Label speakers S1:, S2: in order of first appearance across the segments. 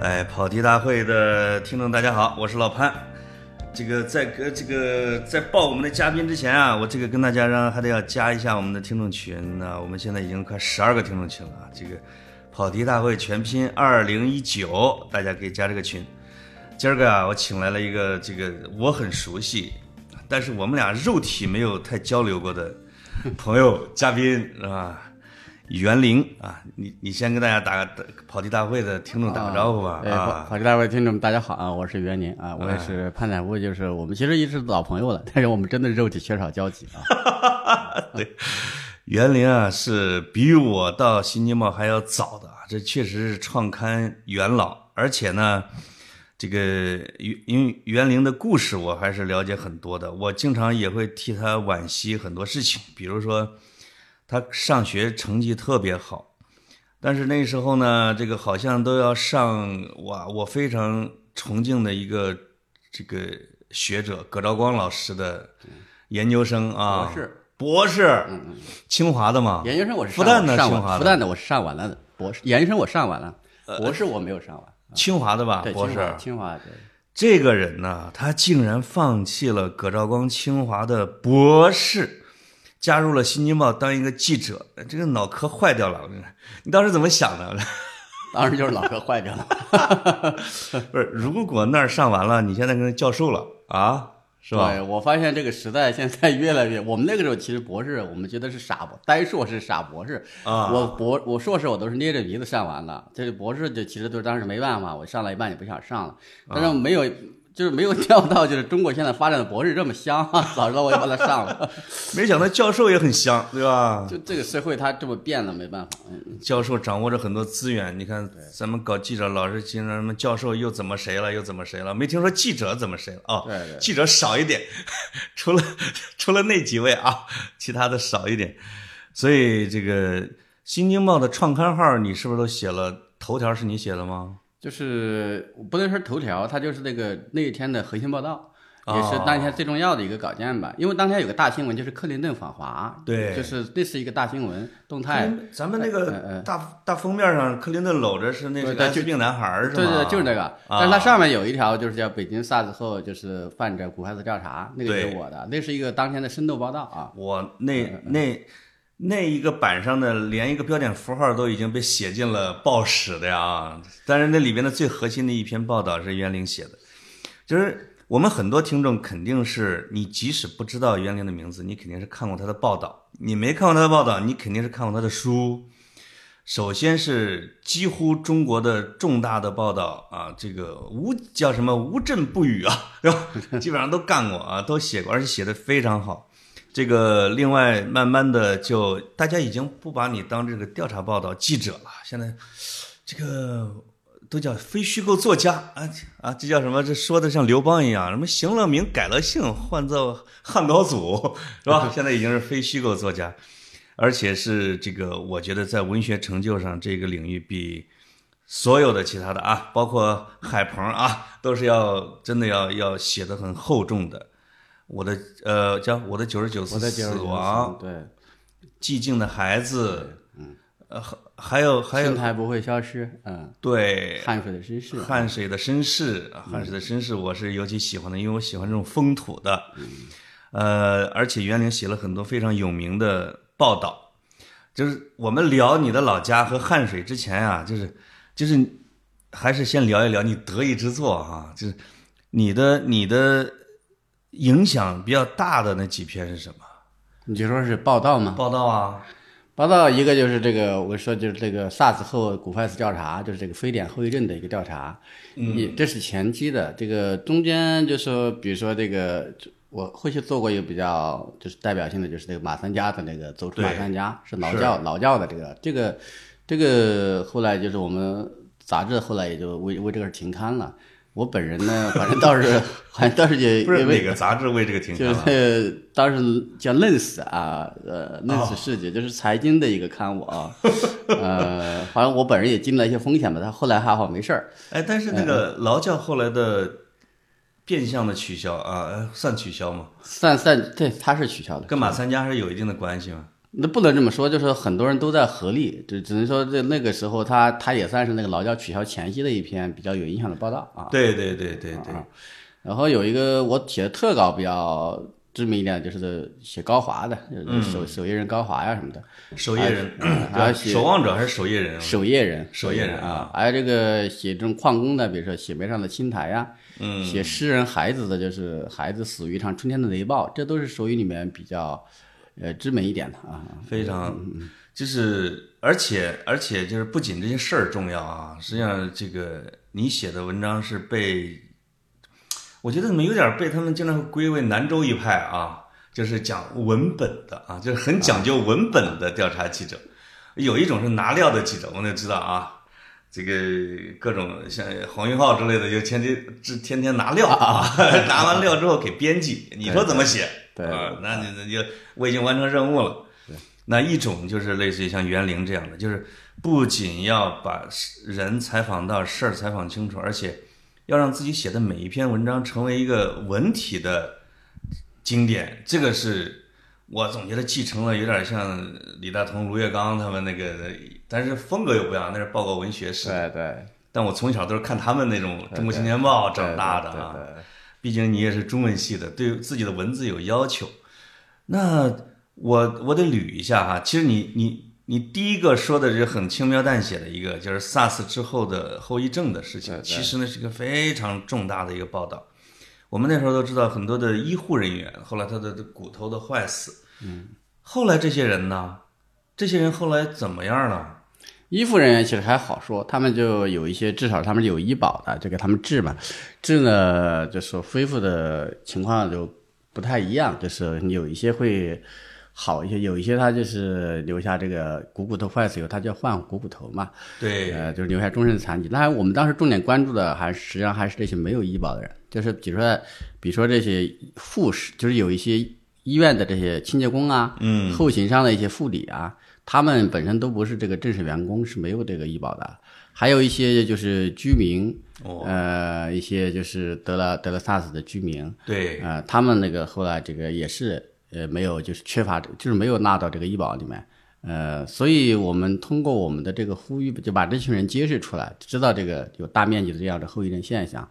S1: 哎，跑题大会的听众大家好，我是老潘。这个在呃这个在报我们的嘉宾之前啊，我这个跟大家让还得要加一下我们的听众群呢、我们现在已经快十二个听众群了啊，这个跑题大会全拼二零一九，大家可以加这个群。今儿个啊，我请来了一个这个我很熟悉，但是我们俩肉体没有太交流过的朋友嘉宾啊，袁玲啊，你你先跟大家打个跑题大会的听众打个招呼吧
S2: 哎，跑
S1: 啊，哎
S2: 跑题大会听众大家好啊，我是袁宁啊，我也是潘展夫，就是我们其实一直是老朋友了，但是我们真的肉体缺少交集啊。
S1: 袁玲啊，是比我到新京报还要早的啊，这确实是创刊元老。而且呢，这个袁因为袁玲的故事我还是了解很多的，我经常也会替她惋惜很多事情，比如说她上学成绩特别好，但是那时候呢，这个好像都要上哇，我非常崇敬的一个这个学者葛兆光老师的研究生啊，
S2: 博士，
S1: 博士，清华的嘛，
S2: 嗯啊研究生我是
S1: 复
S2: 上
S1: 旦的，
S2: 上
S1: 清华
S2: 完，
S1: 的，
S2: 复旦的我是上完了的，博士研究生我上完了，博士我没有上完。
S1: 清华的吧，
S2: 啊对，
S1: 啊博
S2: 清华
S1: 士。
S2: 清华对，
S1: 这个人呢，他竟然放弃了葛兆光清华的博士，加入了《新京报》当一个记者，哎这个脑壳坏掉了。你当时怎么想的？
S2: 当时就是老哥坏掉了。
S1: 不是，如果那儿上完了，你现在跟教授了啊，是吧？
S2: 对，我发现这个时代现在越来越，我们那个时候其实博士，我们觉得是傻博，呆硕士傻博士
S1: 啊
S2: 我博我硕士我都是捏着鼻子上完的，这个博士就其实就是当时没办法，我上了一半也不想上了，
S1: 啊
S2: 但是没有。就是没有料到，就是中国现在发展的博士这么香、啊 早知道我也把它上了。
S1: 没想到教授也很香，对吧？
S2: 就这个社会它这么变了，没办法。嗯，
S1: 教授掌握着很多资源，你看咱们搞记者老是经常什么教授又怎么谁了，又怎么谁了，没听说记者怎么谁了啊、哦？
S2: 对对
S1: 记者少一点， 除了除了那几位啊，其他的少一点。所以这个《新京报》的创刊号，你是不是都写了？头条是你写的吗？
S2: 就是我不能说头条，它就是那个那一天的核心报道，
S1: 哦
S2: 也是当天最重要的一个稿件吧。因为当天有个大新闻，就是克林顿访华，
S1: 对
S2: 就是那是一个大新闻动态。
S1: 咱们那
S2: 哎哎
S1: 个大大封面上，克林顿搂着是那
S2: 对
S1: 个
S2: 对
S1: 艾滋病男孩儿是吗？
S2: 对对，就是那个，
S1: 啊
S2: 但是它上面有一条就是叫北京 SARS 后就是患者骨骸死调查，那个
S1: 对
S2: 是我的，那是一个当天的深度报道啊。
S1: 我那那那一个版上的连一个标点符号都已经被写进了报史的呀。但是那里边的最核心的一篇报道是袁玲写的，就是我们很多听众肯定是你即使不知道袁玲的名字，你肯定是看过她的报道；你没看过她的报道，你肯定是看过她的书。首先是几乎中国的重大的报道啊，这个无叫什么无证不语啊，对吧？ 基本上都干过啊，都写过，而且写的非常好。这个另外慢慢的就大家已经不把你当这个调查报道记者了，现在这个都叫非虚构作家啊啊，这叫什么？这说的像刘邦一样，什么行了名改了姓，唤作汉高祖， 是吧？现在已经是非虚构作家。而且是这个，我觉得在文学成就上这个领域比所有的其他的啊，包括海鹏啊，都是要真的要要写的很厚重的。我的呃叫我的九十九次死亡，，
S2: 对，
S1: 寂静的孩子，呃还还有还
S2: 生
S1: 有
S2: 态不会消失，嗯，
S1: 对
S2: 汗水的真是。
S1: 汗水的绅士，啊汗水的绅士，我是尤其喜欢的，因为我喜欢这种风土的。呃，而且袁玲写了很多非常有名的报道，就是我们聊你的老家和汗水之前啊，就是就是还是先聊一聊你得意之作哈、就是你的你的影响比较大的那几篇是什么？
S2: 你就说是报道吗？
S1: 报道啊，
S2: 报道一个就是这个，我说就是这个 SARS 后骨坏死调查，就是这个非典后遗症的一个调查，嗯，这是前期的，这个中间就说，比如说这个，我后续做过一个比较就是代表性的，就是那个马三家的那个走出马三家，是劳教劳教的这个这个这个后来就是我们杂志后来也就为为这个事停刊了。我本人呢，反正倒是， 反正倒是也
S1: 不是
S2: 呃因为
S1: 哪个杂志为这个停刊
S2: 就
S1: 了？
S2: 是当时叫 Lens 啊，呃，Lens 世界就是财经的一个刊物啊，呃，反正我本人也经历了一些风险吧，但后来还好没事儿。
S1: 哎，但
S2: 呃
S1: 是那个劳教后来的变相的取消啊，呃算取消吗？
S2: 算算，对，他是取消的，
S1: 跟马三家还是有一定的关系吗？
S2: 那不能这么说，就是说很多人都在合力，只只能说这那个时候他他也算是那个劳教取消前夕的一篇比较有影响的报道啊。
S1: 对对对对对，
S2: 啊。然后有一个我写的特稿比较知名一点，就是写高华的，就是守守夜人高华呀什么的，
S1: 守夜人
S2: 嗯，
S1: 对吧
S2: 而且
S1: 守望者还是守夜人啊？
S2: 守夜人，
S1: 守夜人
S2: 啊，还有这个写这种矿工的，比如说写梅上的青苔呀，嗯，写诗人孩子的，就是孩子死于一场春天的雷暴，这都是手语里面比较呃知名一点的啊。
S1: 非常，就是而且而且就是不仅这些事儿重要啊，实际上这个你写的文章是被，我觉得怎么有点被他们经常会归为南州一派啊，就是讲文本的啊，就是很讲究文本的调查记者，有一种是拿料的记者，我们就知道啊。这个各种像黄云浩之类的，就天天这天天拿料啊， 拿完料之后给编辑，你说怎么写？
S2: 对
S1: 啊，那你那就我已经完成任务了。那一种就是类似于像园林这样的，就是不仅要把人采访到事儿采访清楚，而且要让自己写的每一篇文章成为一个文体的经典。这个是我总觉得继承了有点像李大同、卢月刚他们那个，但是风格又不一样，那是报告文学式。
S2: 对对，
S1: 但我从小都是看他们那种《中国青年报》长大的啊。
S2: 对对对
S1: 毕竟你也是中文系的，对自己的文字有要求。那我我得捋一下哈，其实你你你第一个说的是很轻描淡写的一个，就是 SARS 之后的后遗症的事情
S2: 对，对
S1: 其实呢是一个非常重大的一个报道。我们那时候都知道很多的医护人员，后来他的骨头的坏死，嗯，后来这些人呢，这些人后来怎么样了？
S2: 医护人员其实还好说，他们就有一些，至少他们有医保的，就给他们治嘛。治呢，就是恢复的情况就不太一样，就是有一些会好一些，有一些他就是留下这个股骨头坏死以后，他就要换股骨头嘛，
S1: 对，
S2: 呃，就是留下终身残疾。当然，我们当时重点关注的还是实际上还是这些没有医保的人，就是比如说，比如说这些护士，就是有一些医院的这些清洁工啊，
S1: 嗯，
S2: 后勤上的一些护理啊，他们本身都不是这个正式员工，是没有这个医保的。还有一些就是居民，
S1: 哦
S2: 呃，一些就是得了得了 SARS 的居民，
S1: 对，
S2: 呃，他们那个后来这个也是呃没有就是缺乏就是没有纳到这个医保里面，呃，所以我们通过我们的这个呼吁，就把这群人揭示出来，知道这个有大面积的这样的后遗症现象，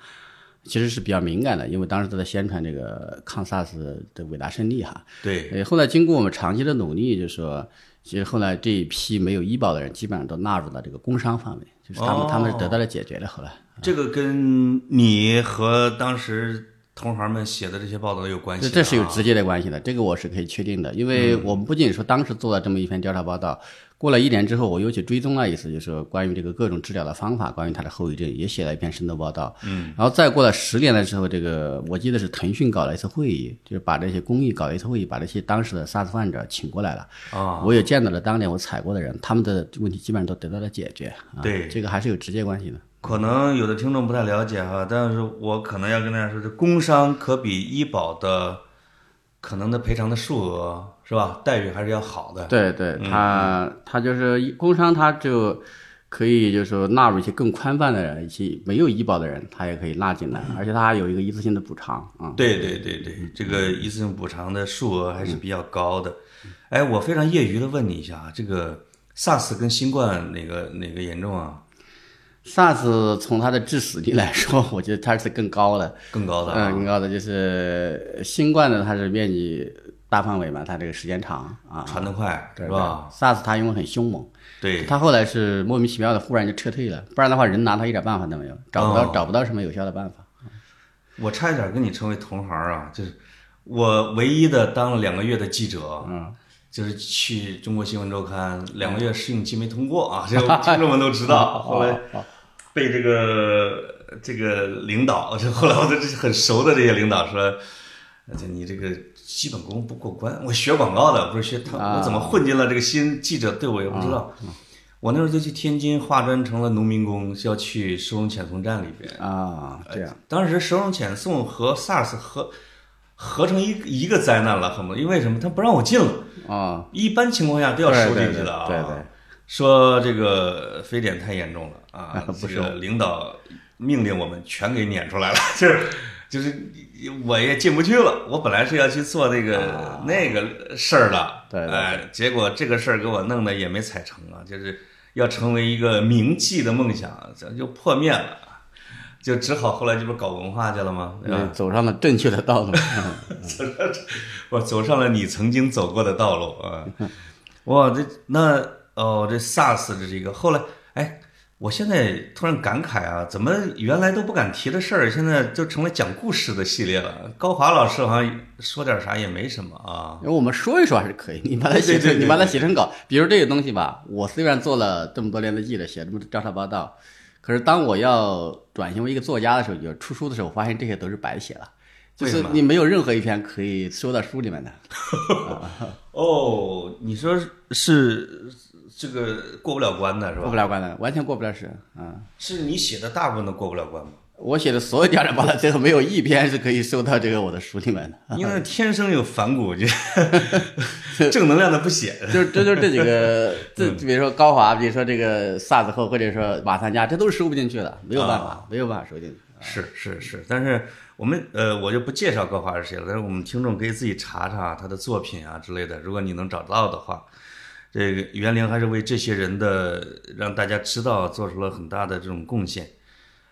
S2: 其实是比较敏感的，因为当时都在宣传这个抗 SARS 的伟大胜利哈，
S1: 对，
S2: 呃，后来经过我们长期的努力，就是说，其实后来这一批没有医保的人，基本上都纳入到这个工伤范围，就是他们、
S1: 哦
S2: 他们是得到了解决的。后来，
S1: 这个跟你和当时同行们写的这些报道有关系、
S2: 这
S1: 啊，嗯
S2: 这是有直接的关系的，这个我是可以确定的，因为我们不仅说当时做了这么一篇调查报道，过了一年之后，我又去追踪了一次，就是说关于这个各种治疗的方法，关于它的后遗症，也写了一篇深度报道。嗯，然后再过了十年的时候，这个我记得是腾讯搞了一次会议，就是把这些公益搞了一次会议，把这些当时的 SARS 患者请过来了。
S1: 啊，
S2: 我也见到了当年我采过的人，他们的问题基本上都得到了解决。啊、
S1: 对
S2: 这个还是有直接关系的。
S1: 可能有的听众不太了解哈，但是我可能要跟大家说，这工伤可比医保的可能的赔偿的数额是吧，待遇还是要好的。嗯
S2: 对对，他他就是工伤，他就可以就是说纳入一些更宽泛的人，一些没有医保的人，他也可以纳进来，而且他还有一个一次性的补偿啊。
S1: 对对对对，这个一次性补偿的数额还是比较高的。
S2: 嗯
S1: 哎，我非常业余的问你一下啊，这个 SARS 跟新冠哪个哪个严重啊？
S2: SARS 从它的致死率来说， 我觉得它是更高的，
S1: 更高的、啊？
S2: 嗯，更高的就是新冠的，它是面积大范围嘛，它这个时间长啊，
S1: 传得快
S2: 对
S1: 是吧？
S2: ？SARS 它因为很凶猛，
S1: 对，
S2: 他后来是莫名其妙的忽然就撤退了，不然的话人拿他一点办法都没有，找不
S1: 哦
S2: 到、找不到什么有效的办法。
S1: 我差一点跟你成为同行啊，就是我唯一的当了两个月的记者，嗯，就是去中国新闻周刊两个月试用期没通过啊，这个听众们都知道。哦后
S2: 哦
S1: 来被这个这个领导，就后来我的这很熟的这些领导说，就你这个基本功不过关。我学广告的，不是学他，我怎么混进了这个新记者队，我也不知道。我那时候就去天津化妆成了农民工，是要去收容遣送站里边。
S2: 啊，这样
S1: 当时收容遣送和 SARS 合合成一一个灾难了，很多，因为什么？他不让我进了。
S2: 啊，
S1: 一般情况下都要收进去的啊。
S2: 对对对对对
S1: 说这个非典太严重了啊
S2: ，不
S1: 这个领导命令我们全给撵出来了，就是 就是我也进不去了。我本来是要去做那个那个事儿的，
S2: 啊对对对
S1: 哎，结果这个事儿给我弄的也没踩成啊，就是要成为一个名气的梦想，这就破灭了，就只好后来这不搞文化去了吗？对吧？
S2: 嗯走上了正确的道 路。
S1: 我走上了你曾经走过的道路啊！哇，这那哦，这 SARS 这是一个。后来，哎，我现在突然感慨啊，怎么原来都不敢提的事儿，现在就成了讲故事的系列了？高华老师好像说点啥也没什么啊。
S2: 因为我们说一说还是可以，你把它
S1: 对对
S2: 写
S1: 对
S2: 成，
S1: 对
S2: 你把它写成稿。比如这个东西吧，我虽然做了这么多年的记者，写这么多张叉报道，可是当我要转型为一个作家的时候，就是出书的时候，我发现这些都是白写了，就
S1: 为
S2: 是
S1: 什么
S2: 你没有任何一篇可以收到书里面的。
S1: 哦，你说是这个过不了关的是
S2: 过
S1: 吧？
S2: 不了关的，完全过不了审啊！
S1: 是你写的大部分都过不了关吗？
S2: 我写的所有调查报道，最后没有一篇是可以收到这个我的书里面的。
S1: 因为天生有反骨，就 正能量的不写。
S2: 就这就是这几 个，这
S1: 嗯
S2: 比如说高华，比如说这个萨子后，或者说马三家，这都是收不进去的，没有办
S1: 啊
S2: 法，没有办法收进去。
S1: 是是是，但是我们呃，我就不介绍高华是谁了，但是我们听众可以自己查查他的作品啊之类的，如果你能找到的话，这个袁凌还是为这些人的让大家知道做出了很大的这种贡献。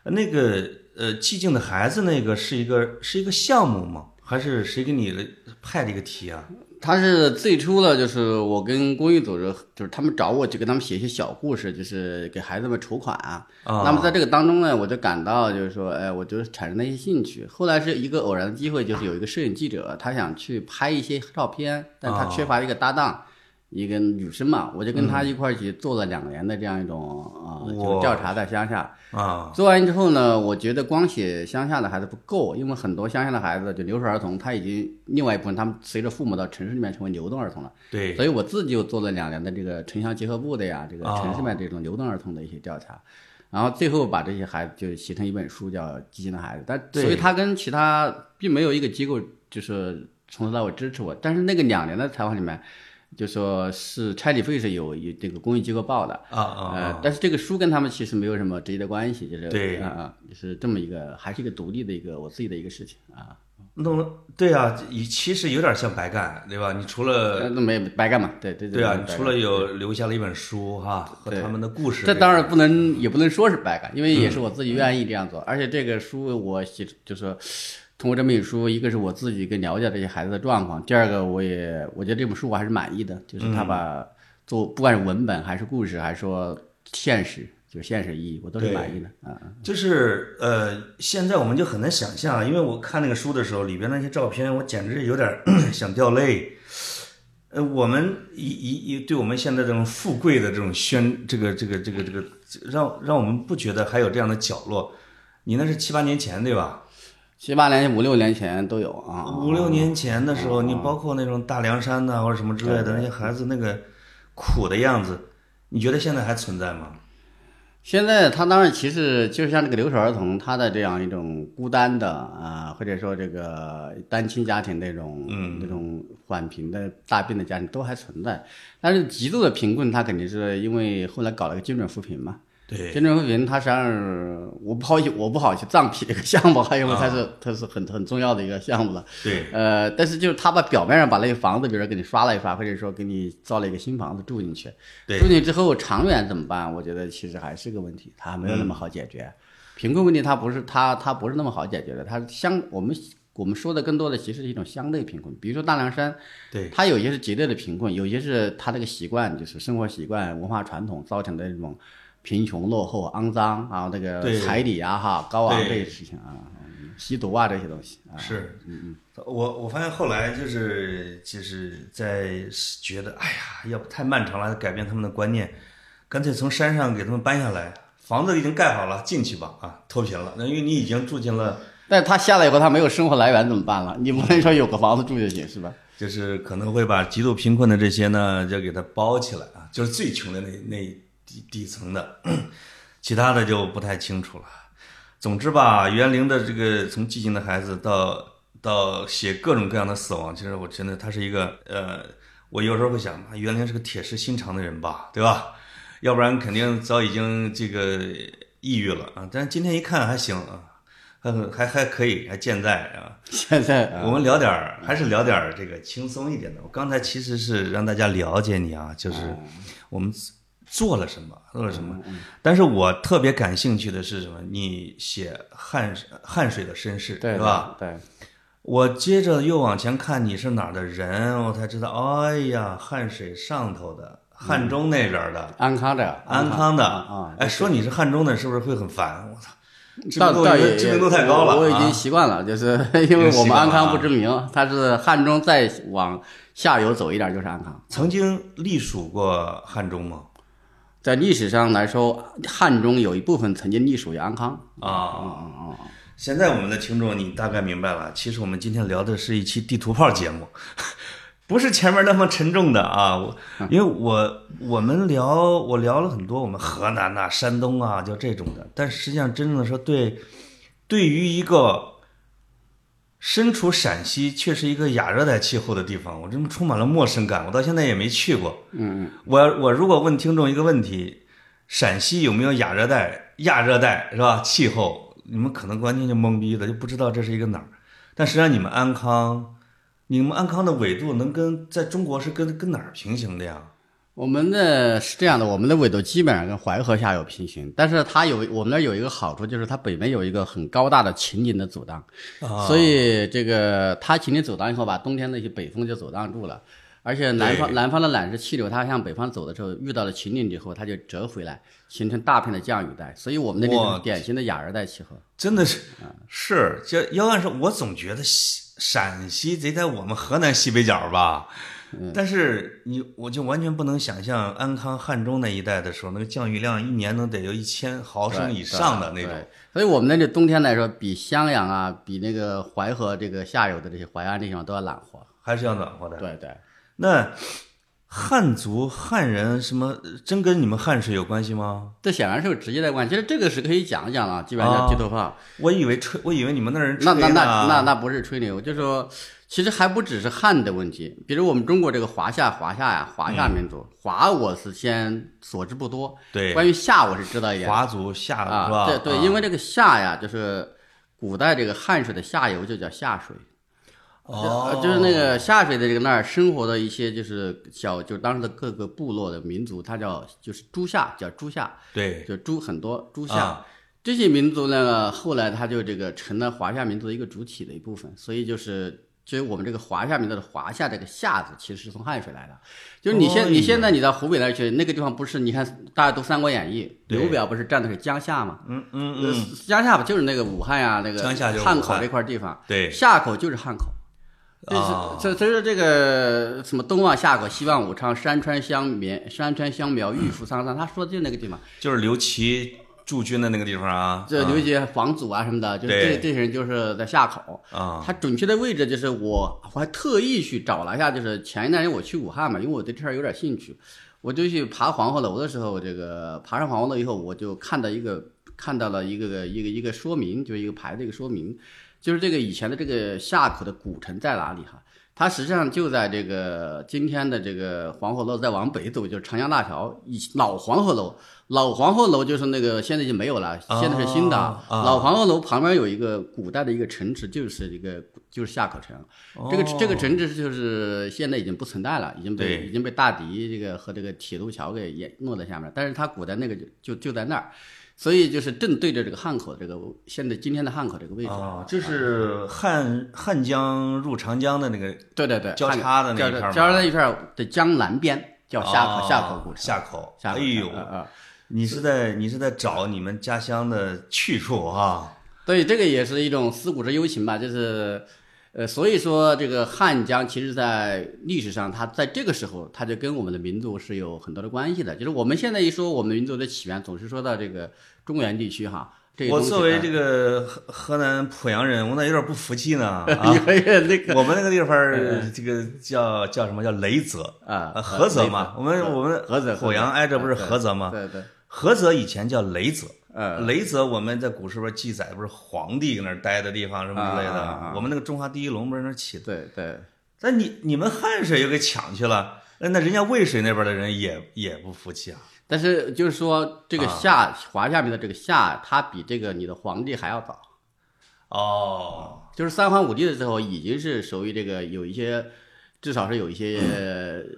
S1: 呃那个呃，寂静的孩子那个是一个是一个项目吗？还是谁给你的派的一个题啊？
S2: 他是最初呢，就是我跟公益组织，就是他们找我去给他们写一些小故事，就是给孩子们筹款啊。
S1: 啊
S2: 那么在这个当中呢，我就感到就是说，哎，我就产生了一些兴趣。后来是一个偶然的机会，就是有一个摄影记者，他想去拍一些照片，但他
S1: 啊
S2: 缺乏一个搭档，一个女生嘛，我就跟他一块儿去做了两年的这样一种啊、呃就是
S1: 嗯哇
S2: 调查在乡下。
S1: 啊，
S2: 做完之后呢，我觉得光写乡下的孩子不够，因为很多乡下的孩子就留守儿童，他已经另外一部分他们随着父母到城市里面成为流动儿童了。
S1: 对，
S2: 所以我自己又做了两年的这个城乡结合部的呀，这个
S1: 哦
S2: 城市面这种流动儿童的一些调查，然后最后把这些孩子就写成一本书叫《激情的孩子》，但
S1: 对
S2: 所以他跟其他并没有一个机构就是从头到尾支持我，但是那个两年的采访里面，就说是差旅费是有有这个公益机构报的。
S1: 啊啊
S2: 呃
S1: 啊，，
S2: 但是这个书跟他们其实没有什么直接的关系，就是
S1: 对
S2: 啊、啊，就是这么一个，还是一个独立的一个我自己的一个事情啊，
S1: 弄了，对啊，以其实有点像白干，对吧？你除了
S2: 那没白干嘛，对对
S1: 呃对啊，
S2: 白干
S1: 除了有留下了一本书哈、和
S2: 对
S1: 他们的故事，嗯
S2: 这当然不能，也不能说是白干，因为也是我自己愿意这样做。而且这个书我写，就是通过这本书，一个是我自己更了解这些孩子的状况，第二个我也我觉得这本书我还是满意的，就是
S1: 嗯
S2: 他把做不管是文本还是故事，还是说现实，就是现实意义，我都是满意的啊。
S1: 就是呃，现在我们就很难想象，因为我看那个书的时候，里边那些照片，我简直有点儿 想掉泪。呃，我们一一一对我们现在这种富贵的这种宣，这个这个这个这个，让让我们不觉得还有这样的角落。你那是七八年前对吧？
S2: 七八年、五六年前都有啊，
S1: 五六年前的时候，
S2: 哦
S1: 你包括那种大凉山呐、或者什么之类的，那些孩子那个苦的样子，你觉得现在还存在吗？
S2: 现在他当然其实就是像这个留守儿童，他的这样一种孤单的啊，或者说这个单亲家庭那种、那种缓贫的大病的家庭都还存在，但是极度的贫困，他肯定是因为后来搞了个精准扶贫嘛。
S1: 对，
S2: 精准扶贫它实际上是我不好我不好去藏批这个项目，还有它是、它是很很重要的一个项目了。
S1: 对，
S2: 呃，但是就是他把表面上把那个房子，比如说给你刷了一刷，或者说给你造了一个新房子住进去，
S1: 对
S2: 住进去之后长远怎么办？我觉得其实还是个问题，它还没有那么
S1: 嗯
S2: 好解决。贫困问题它不是它它不是那么好解决的，它相我们我们说的更多的其实是一种相对贫困，比如说大凉山，
S1: 对，
S2: 它有些是绝对的贫困，有些是他那个习惯，就是生活习惯、文化传统造成的那种贫穷、落后、肮脏啊，那个
S1: 对
S2: 彩礼啊、哈高昂
S1: 对
S2: 这些事情啊、嗯吸毒啊这些东西啊，
S1: 是，嗯我我发现后来就是就是在觉得，哎呀，要不太漫长了，改变他们的观念，干脆从山上给他们搬下来，房子已经盖好了，进去吧，啊，脱贫了，那因为你已经住进了，
S2: 但是他下来以后，他没有生活来源怎么办了？你不能说有个房子住就行是 吧？
S1: 就是可能会把极度贫困的这些呢，就给它包起来啊，就是最穷的那那底底层的， 其他的就不太清楚了。总之吧，袁凌的这个从寂静的孩子到到写各种各样的死亡，其实我真的他是一个呃，我有时候会想，啊袁凌是个铁石心肠的人吧，对吧？要不然肯定早已经这个抑郁了啊。但是今天一看还行啊，还很还还可以，还健在啊。
S2: 现在啊
S1: 我们聊点儿，还是聊点儿这个轻松一点的。我刚才其实是让大家了解你啊，就是
S2: 嗯
S1: 我们做了什么，做了什么。但是我特别感兴趣的是什么？你写汉汉水的身世，
S2: 对
S1: 是
S2: 的
S1: 吧？？
S2: 对，
S1: 我接着又往前看你是哪儿的人，我才知道，哎呀，汉水上头的，汉中那边的，
S2: 安康的，
S1: 安康的
S2: 嗯啊，啊
S1: 哎，说你是汉中的，是不是会很烦？我操，知名
S2: 倒
S1: 度
S2: 倒也
S1: 知名度太高了，
S2: 我已
S1: 啊
S2: 经习惯了，就是 因为我
S1: 习
S2: 们
S1: 惯
S2: 安
S1: 了啊
S2: 康不知名，它是汉中再往下游走一点就是安康。
S1: 曾经隶属过汉中吗？
S2: 在历史上来说，汉中有一部分曾经隶属于安康。
S1: 啊，
S2: 啊啊啊！
S1: 现在我们的听众你大概明白了，其实我们今天聊的是一期地图炮节目， 不是前面那么沉重的啊。我因为我我们聊我聊了很多我们河南呐、山东啊，就这种的，但实际上真正的说对，对于一个。身处陕西，却是一个亚热带气候的地方，我真充满了陌生感。我到现在也没去过。嗯，我我如果问听众一个问题，陕西有没有亚热带？亚热带是吧？气候，你们可能完全就懵逼了，就不知道这是一个哪儿。但实际上，你们安康，你们安康的纬度能跟在中国是跟跟哪儿平行的呀？
S2: 我们的是这样的，我们的纬度基本上跟淮河下游平行，但是它有我们那儿有一个好处，就是它北面有一个很高大的秦岭的阻挡，
S1: 啊
S2: 所以这个它秦岭阻挡以后，把冬天的一些北风就阻挡住了。而且南方南方的暖湿气流，它向北方走的时候，遇到了秦岭以后，它就折回来，形成大片的降雨带，所以我们那里
S1: 哇
S2: 就是典型的亚热带气候。
S1: 真的是是，就要按说，我总觉得西陕西得在我们河南西北角吧。
S2: 嗯
S1: 但是你，我就完全不能想象安康、汉中那一带的时候，那个降雨量一年能得有一千毫升以上的那种
S2: 对。对所以我们那里冬天来说，比襄阳啊，比那个淮河这个下游的这些淮安这地方都要暖和。
S1: 还是要暖和的。
S2: 对对，
S1: 那汉族、汉人什么，真跟你们汉水有关系吗？
S2: 这显然是有直接的关系。其实这个是可以讲一讲了，基本上
S1: 啊
S2: 叫地头炮。
S1: 我以为吹，我以为你们那儿人吹
S2: 那那那
S1: 呢
S2: 那那不是吹牛，就是说，其实还不只是汉的问题。比如我们中国这个华夏，华夏呀，华夏民族，华我是先所知不
S1: 嗯
S2: 多，
S1: 对
S2: 关于夏我是知道一点
S1: 华族夏是吧？
S2: 啊。对对，
S1: 啊
S2: 因为这个夏呀，就是古代这个汉水的下游就叫夏水。
S1: 哦
S2: 就，就是那个下水的这个那儿生活的一些就是小，就当时的各个部落的民族，它叫就是诸夏，叫诸夏，
S1: 对
S2: 就诸很多诸夏。
S1: 啊
S2: 这些民族呢，后来它就这个成了华夏民族的一个主体的一部分，所以就是。就是我们这个华夏民族的华夏这个夏字，其实是从汉水来的。就是你
S1: 哦
S2: 现你现在你到湖北那儿去，那个地方不是你看大家读《三国演义》，
S1: 对
S2: 刘表不是站的是江夏吗？
S1: 嗯嗯嗯，
S2: 呃江夏不就是那个武汉呀、那个
S1: 江夏就是武汉
S2: 汉口这块地方，
S1: 对
S2: 夏口就是汉口。
S1: 啊
S2: 这是这这是这个什么东望夏口，西望武昌，山川相绵，山川相苗，玉树苍苍。他说的就是那个地方，
S1: 就是刘琦驻军的那个地方啊。
S2: 这刘杰、王祖啊什么的，就是
S1: 对
S2: 这这些人就是在夏口。
S1: 啊
S2: 他准确的位置就是我，我还特意去找了一下，就是前一段时间我去武汉嘛，因为我对这事儿有点兴趣，我就去爬黄鹤楼的时候，这个爬上黄鹤楼以后，我就看到一个看到了一个个一个一个说明，就是一个牌的一个说明，就是这个以前的这个夏口的古城在哪里哈？它实际上就在这个今天的这个黄鹤楼再往北走，就是长江大桥，以老黄鹤楼，老黄鹤楼就是那个现在已经没有了，现在是新的。
S1: 啊啊
S2: 老黄鹤楼旁边有一个古代的一个城池，就是一个就是夏口城。这个
S1: 哦
S2: 这个城池就是现在已经不存在了，已经
S1: 对
S2: 被已经被大堤这个和这个铁路桥给淹没在下面了。但是它古代那个就就就在那儿，所以就是正对着这个汉口这个现在今天的汉口这个位置。
S1: 啊，这是汉汉江入长江的那个
S2: 对对对，
S1: 交
S2: 汉口
S1: 叉的那一
S2: 交
S1: 片儿
S2: 叉
S1: 吗
S2: 交叉那一片儿的江南边叫夏口、
S1: 啊
S2: 夏口古城。
S1: 夏口，
S2: 夏口
S1: 哎
S2: 城
S1: 呦，
S2: 嗯嗯
S1: 你是在你是在找你们家乡的去处啊？
S2: 对，这个也是一种思古之幽情吧，就是，呃，所以说这个汉江其实在历史上，它在这个时候，它就跟我们的民族是有很多的关系的。就是我们现在一说我们民族的起源，总是说到这个中原地区哈。这个
S1: 我
S2: 东西
S1: 作为
S2: 啊
S1: 这个河河南濮阳人，我那有点不服气呢。啊、
S2: 因为那个
S1: 我们那个地方儿这个叫叫什么叫雷泽
S2: 嗯啊
S1: 呃菏泽嘛？我们我们
S2: 菏泽啊
S1: 濮阳挨着不是菏泽吗？
S2: 对对，
S1: 菏泽以前叫雷泽，
S2: 呃，
S1: 雷泽我们在古书里边记载不是皇帝搁那儿待的地方什么之类
S2: 啊啊
S1: 的
S2: 啊，
S1: 我们那个中华第一龙不是那儿起的？
S2: 对对。
S1: 但你你们汉水又给抢去了，呃那那人家渭水那边的人也也不服气啊。
S2: 但是就是
S1: 啊
S2: 说，这个夏华夏民的这个夏，它比这个你的皇帝还要早。
S1: 哦，
S2: 就是三皇五帝的时候，已经是属于这个有一些，至少是有一些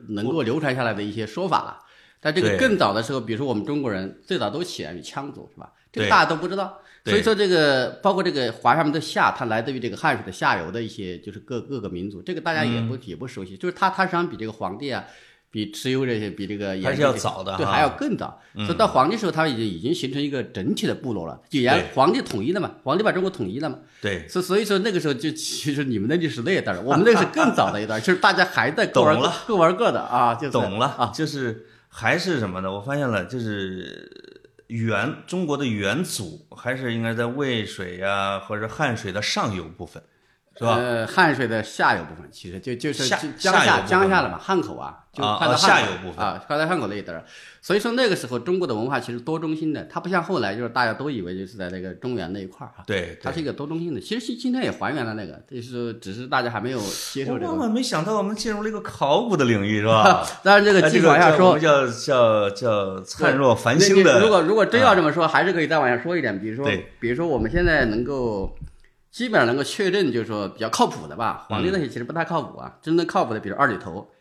S2: 能够流传下来的一些说法了。但这
S1: 嗯
S2: 个
S1: 对
S2: 更早的时候，比如说我们中国人最早都起源于羌族，是吧？这个
S1: 对
S2: 大家都不知道。
S1: 对
S2: 所以说，这个包括这个华夏民族的夏，它来自于这个汉水的下游的一些，就是各各个民族，这个大家也
S1: 嗯
S2: 不、也不熟悉。就是它，它实际上比这个皇帝啊，比蚩尤这些，比这个炎
S1: 还是
S2: 帝这
S1: 要
S2: 些
S1: 早的
S2: 对，
S1: 哈嗯
S2: 还要更早。所以到皇帝时候，它已经已经形成一个整体的部落了，就原
S1: 对
S2: 皇帝统一了嘛，皇帝把中国统一了嘛。
S1: 对，
S2: 所所以说那个时候就其实你们那就是那一段儿，我们那是更早的一段儿，就是大家还在各玩
S1: 懂
S2: 各
S1: 了
S2: 各玩各的啊，就是
S1: 懂了
S2: 啊，，
S1: 就是还是什么呢？我发现了，就是元中国的元祖还是应该在渭水呀、或者汉水的上游部分，是吧？
S2: 呃，汉水的下游部分其实就就是
S1: 下
S2: 就江
S1: 下游
S2: 夏
S1: 部分
S2: 江夏了嘛，汉口啊，就
S1: 啊
S2: 快到
S1: 啊
S2: 汉口
S1: 下游部分
S2: 啊，快到汉口那一段儿。所以说那个时候中国的文化其实多中心的，它不像后来就是大家都以为就是在那个中原那一块儿啊，
S1: 对，
S2: 它
S1: 对。
S2: 是一个多中心的。其实今今天也还原了那个，就是只是大家还没有接受
S1: 我
S2: 这
S1: 万
S2: 个。
S1: 万没想到，我们进入了一个考古的领域，是吧？
S2: 当然这个
S1: 哎
S2: 继续往下
S1: 叫
S2: 说
S1: 我，们叫叫叫灿若繁星
S2: 那你如
S1: 的，啊
S2: 果如果真要这么说，还是可以再往下说一点，比如说
S1: 对，
S2: 比如说我们现在能够基本上能够确认，就是说比较靠谱的吧，皇帝那些其实不太靠谱啊，真正靠谱的，比如二里头。
S1: 嗯哎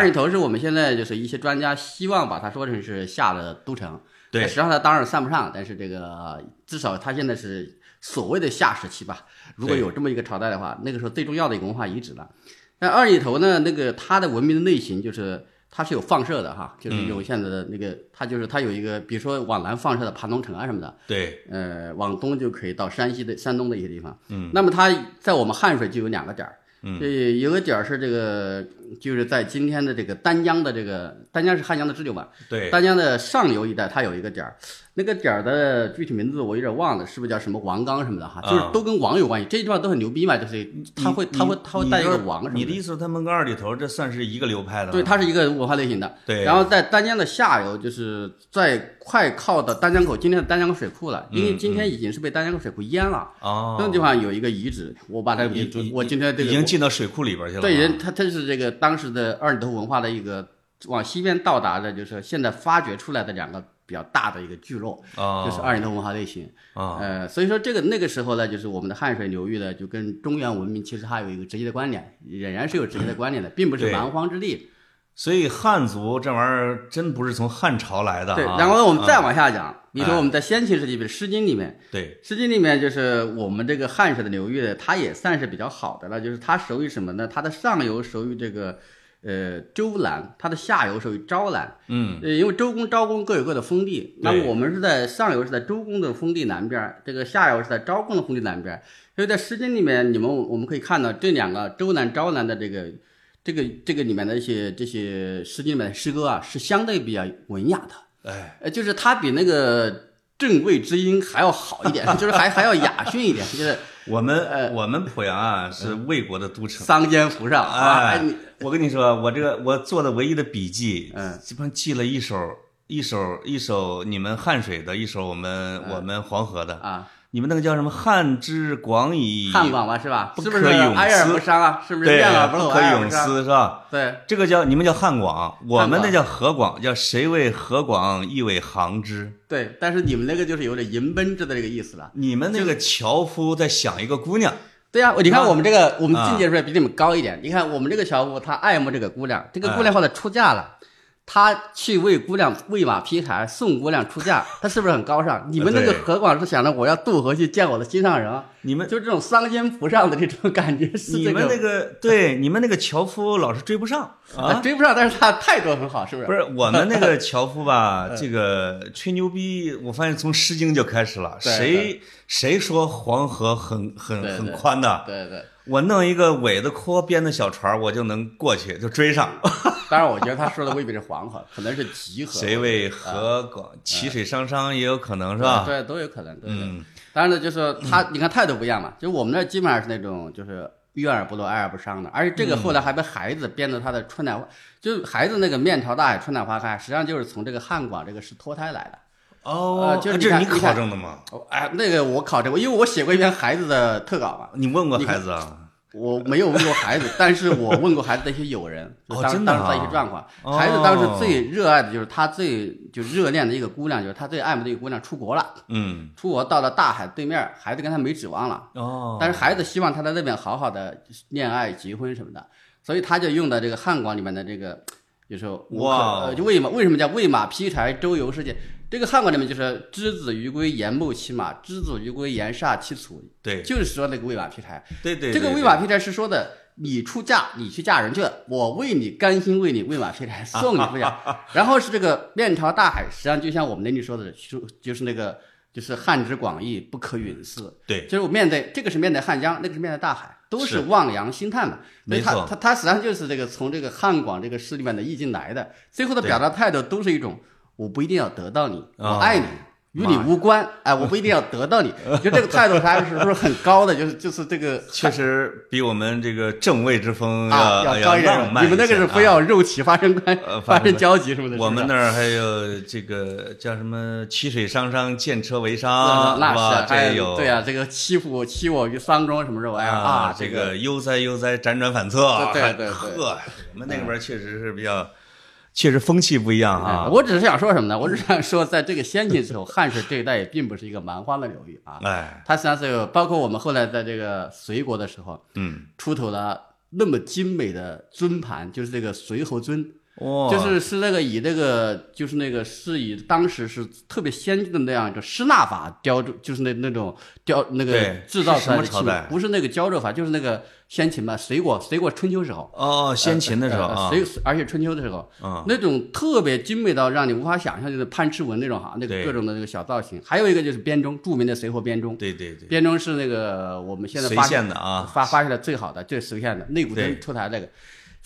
S2: 二里头是我们现在就是一些专家希望把它说成是夏的都城，
S1: 对
S2: 实际上它当然算不上，但是这个至少它现在是所谓的夏时期吧。如果
S1: 对
S2: 有这么一个朝代的话，那个时候最重要的一个文化遗址了。但二里头呢，那个它的文明的类型就是它是有放射的哈，
S1: 嗯
S2: 就是有现在的那个，它就是它有一个，比如说往南放射的盘龙城啊什么的，
S1: 对，
S2: 呃，往东就可以到山西的山东的一些地方。嗯，那么它在我们汉水就有两个点儿。嗯，有个点儿是这个，就是在今天的这个丹江的这个丹江是汉江的支流吧？
S1: 对，
S2: 丹江的上游一带，它有一个点儿，那个点儿的具体名字我有点忘了，是不是叫什么王岗什么的哈？
S1: 啊
S2: 就是都跟王有关系，这些地方都很牛逼嘛，就是它会
S1: 你
S2: 它会它会带一个
S1: 你
S2: 王什么
S1: 你的意思是他们跟二里头这算是一个流派的吗？
S2: 对，它是一个文化类型的。
S1: 对
S2: 然后在丹江的下游，就是在快靠到丹江口，今天的丹江口水库了，因为今天已经是被丹江口水库淹了。
S1: 嗯哦，
S2: 那个地方有一个遗址，我把它
S1: 已已
S2: 我今天这个
S1: 已经进到水库里边去了。啊
S2: 对，人，他他是这个当时的二里头文化的一个往西边到达的，就是现在发掘出来的两个比较大的一个聚落，
S1: 啊
S2: 就是二里头文化类型。
S1: 啊，
S2: 呃，所以说这个那个时候呢，就是我们的汉水流域呢，就跟中原文明其实还有一个直接的关联，仍然是有直接的关联的，并不是
S1: 对
S2: 蛮荒之地。
S1: 所以汉族这玩意儿真不是从汉朝来的啊。
S2: 对，然后呢，我们再
S1: 啊
S2: 往下讲，比如说我们在先秦时期，比如《诗经》里面，
S1: 嗯对，
S2: 《诗经》里面就是我们这个汉水的流域，它也算是比较好的了，就是它属于什么呢？它的上游属于这个呃周兰，它的下游属于昭兰。
S1: 嗯，
S2: 呃，因为周公、昭公各有各的封地，那么
S1: 对
S2: 我们是在上游是在周公的封地南边儿，这个下游是在昭公的封地南边儿。所以在《诗经》里面，你们我们可以看到这两个周南、昭南的这个。这个这个里面的一些这些《诗经》里面的诗歌啊，是相对比较文雅的，
S1: 哎，
S2: 呃，就是他比那个正位之音还要好 一点，就是还还要雅驯一点，就是
S1: 我
S2: 呃
S1: 们我们濮阳啊是
S2: 嗯
S1: 魏国的都城。
S2: 桑间扶上啊，哎
S1: 哎
S2: 你，
S1: 我跟你说，我这个我做的唯一的笔记，
S2: 嗯，
S1: 基本上记了一首一首一首你们汉水的，一首我们
S2: 嗯
S1: 我们黄河的。
S2: 啊，
S1: 你们那个叫什么？汉之广以
S2: 汉广吧是吧？
S1: 不
S2: 是不是
S1: 可咏
S2: 哀而
S1: 思
S2: 不伤啊？是不是
S1: 对
S2: 燕而不
S1: 不
S2: 露，
S1: 可
S2: 哀而
S1: 咏
S2: 不伤？
S1: 思是吧？
S2: 对，
S1: 这个叫你们叫汉广，我
S2: 汉
S1: 们
S2: 广
S1: 那叫河广，叫谁为河广，亦为杭之。
S2: 对，但是你们那个就是有点银奔之的这个意思了。
S1: 你们那个樵夫在想一个姑娘，
S2: 对呀、你看我们这个，我们
S1: 啊
S2: 境界是不是比你们高一点？你看我们这个樵夫，他爱慕这个姑娘，这个
S1: 哎
S2: 姑娘后来出嫁了，他去为姑娘喂马劈柴，送姑娘出嫁，他是不是很高尚？你们那个
S1: 对
S2: 何广是想着我要渡河去见我的心上人啊，
S1: 你们
S2: 就这种桑间不上的这种感觉是
S1: 你
S2: 这
S1: 们那
S2: 个
S1: 个 对你们那个樵夫老是追不上
S2: 啊
S1: 啊。
S2: 追不上，但是他态度很好，是不嗯是？
S1: 不是我们那个樵夫 吧？这个吹牛逼，我发现从《诗经》就开始了。
S2: 对
S1: 谁谁说黄河很很
S2: 对
S1: 很
S2: 对
S1: 宽的？
S2: 对对，
S1: 我弄一个苇子壳编的小船，我就能过去，就追 上。
S2: 当然我觉得他说的未必是黄河，可能是集河，
S1: 谁为河广，其水汤汤也有可能是吧？
S2: 哎对，都有可能，对对。
S1: 嗯
S2: 当然了，就是说他，你看态度不一样嘛，就是我们那基本上是那种就是怨而不露，爱而不伤的，而且这个后来还被孩子编的他的春暖花，就是孩子那个面朝大海，春暖花开，实际上就是从这个汉广这个是脱胎来的。
S1: 哦
S2: 呃，就是
S1: 这
S2: 你
S1: 是
S2: 看
S1: 你
S2: 你
S1: 考
S2: 看
S1: 证的吗？
S2: 哦，哎，那个我考证过，因为我写过一篇孩子的特稿嘛，
S1: 你问过孩子啊？
S2: 我没有问过孩子，但是我问过孩子的一些友人，就
S1: 哦
S2: 当
S1: 真的
S2: 当时的一些
S1: 啊
S2: 状况。
S1: 哦
S2: 孩子当时最热爱的就是他最就热恋的一个姑娘，就是他最爱慕的一个姑娘出国了，
S1: 嗯，
S2: 出国到了大海对面，孩子跟他没指望了，
S1: 哦，
S2: 但是孩子希望他在那边好好的恋爱、结婚什么的，所以他就用的这个汉广里面的这个，就是乌克
S1: 哇哦
S2: 呃就喂马，为什么叫喂马劈柴周游世界？这个汉广里面就是之子于归，言木其马；之子于归，言煞其卒。
S1: 对
S2: 就是说那个喂马劈柴。
S1: 对对，
S2: 这个
S1: 对
S2: 喂马劈柴是说的，你出嫁，你去嫁人去，我为你甘心为你喂马劈 柴，送你回家。然后是这个面朝大海，实际上就像我们那里说的，就就是那个就是汉之广义，不可允似。
S1: 对
S2: 就是我面对这个是面对汉江，那个是面对大海，都
S1: 是
S2: 是望洋兴叹嘛。所
S1: 没
S2: 以它
S1: 错
S2: 它它实际上就是这个从这个汉广这个诗里面的意境来的。最后的
S1: 对
S2: 表达态度都是一种，我不一定要得到你，我
S1: 啊
S2: 爱你。与你无关，哎，我不一定要得到你，就这个态度，它是不是很高的？就是就是 这个
S1: 确实比我们这个正位之风
S2: 啊，
S1: 要哎
S2: 高一点
S1: 浪。漫
S2: 你们那个
S1: 些
S2: 是
S1: 啊
S2: 非要肉体发生关
S1: 呃发
S2: 发
S1: 生
S2: 生交集什么的，
S1: 我们
S2: 是不
S1: 那儿还有这个叫什么“曲水商商，见车为
S2: 是
S1: 商”，
S2: 那
S1: 啊吧
S2: 是
S1: 这
S2: 哎
S1: 也有
S2: 对啊，这个欺负我欺我于桑中什么肉哎呀啊，
S1: 这
S2: 个
S1: 个悠哉悠哉，辗转反侧啊，
S2: 对对对对
S1: 呵，我们那边确实是比较，确实风气不一样
S2: 哎
S1: 啊，
S2: 我只是想说什么呢？我只是想说，在这个先秦之后，汉水这一带也并不是一个蛮荒的流域啊。
S1: 哎，
S2: 它实际上是有，包括我们后来在这个隋国的时候，
S1: 嗯，
S2: 出土了那么精美的尊盘，就是这个隋侯尊，
S1: 哇，
S2: 就是是那个以那个就是那个是以当时是特别先进的那样一个施纳法雕铸，就是那那种雕那个
S1: 对
S2: 制造
S1: 是什么
S2: 出来的器
S1: 朝
S2: 皿
S1: 代
S2: 不是那个浇铸法，就是那个先秦嘛，隋国隋国春秋时候。
S1: 哦，先秦的时候
S2: 呃
S1: 啊，
S2: 隋而且春秋的时候，
S1: 嗯
S2: 那种特别精美到让你无法想象，就是潘之文那种哈，那
S1: 对
S2: 个各种的那个小造型。还有一个就是编钟，著名的隋后编钟。
S1: 对对对，
S2: 编钟是那个我们现在
S1: 随
S2: 发
S1: 县的啊
S2: 发发现的最好的，就是随县的内古
S1: 对
S2: 筝出台那个。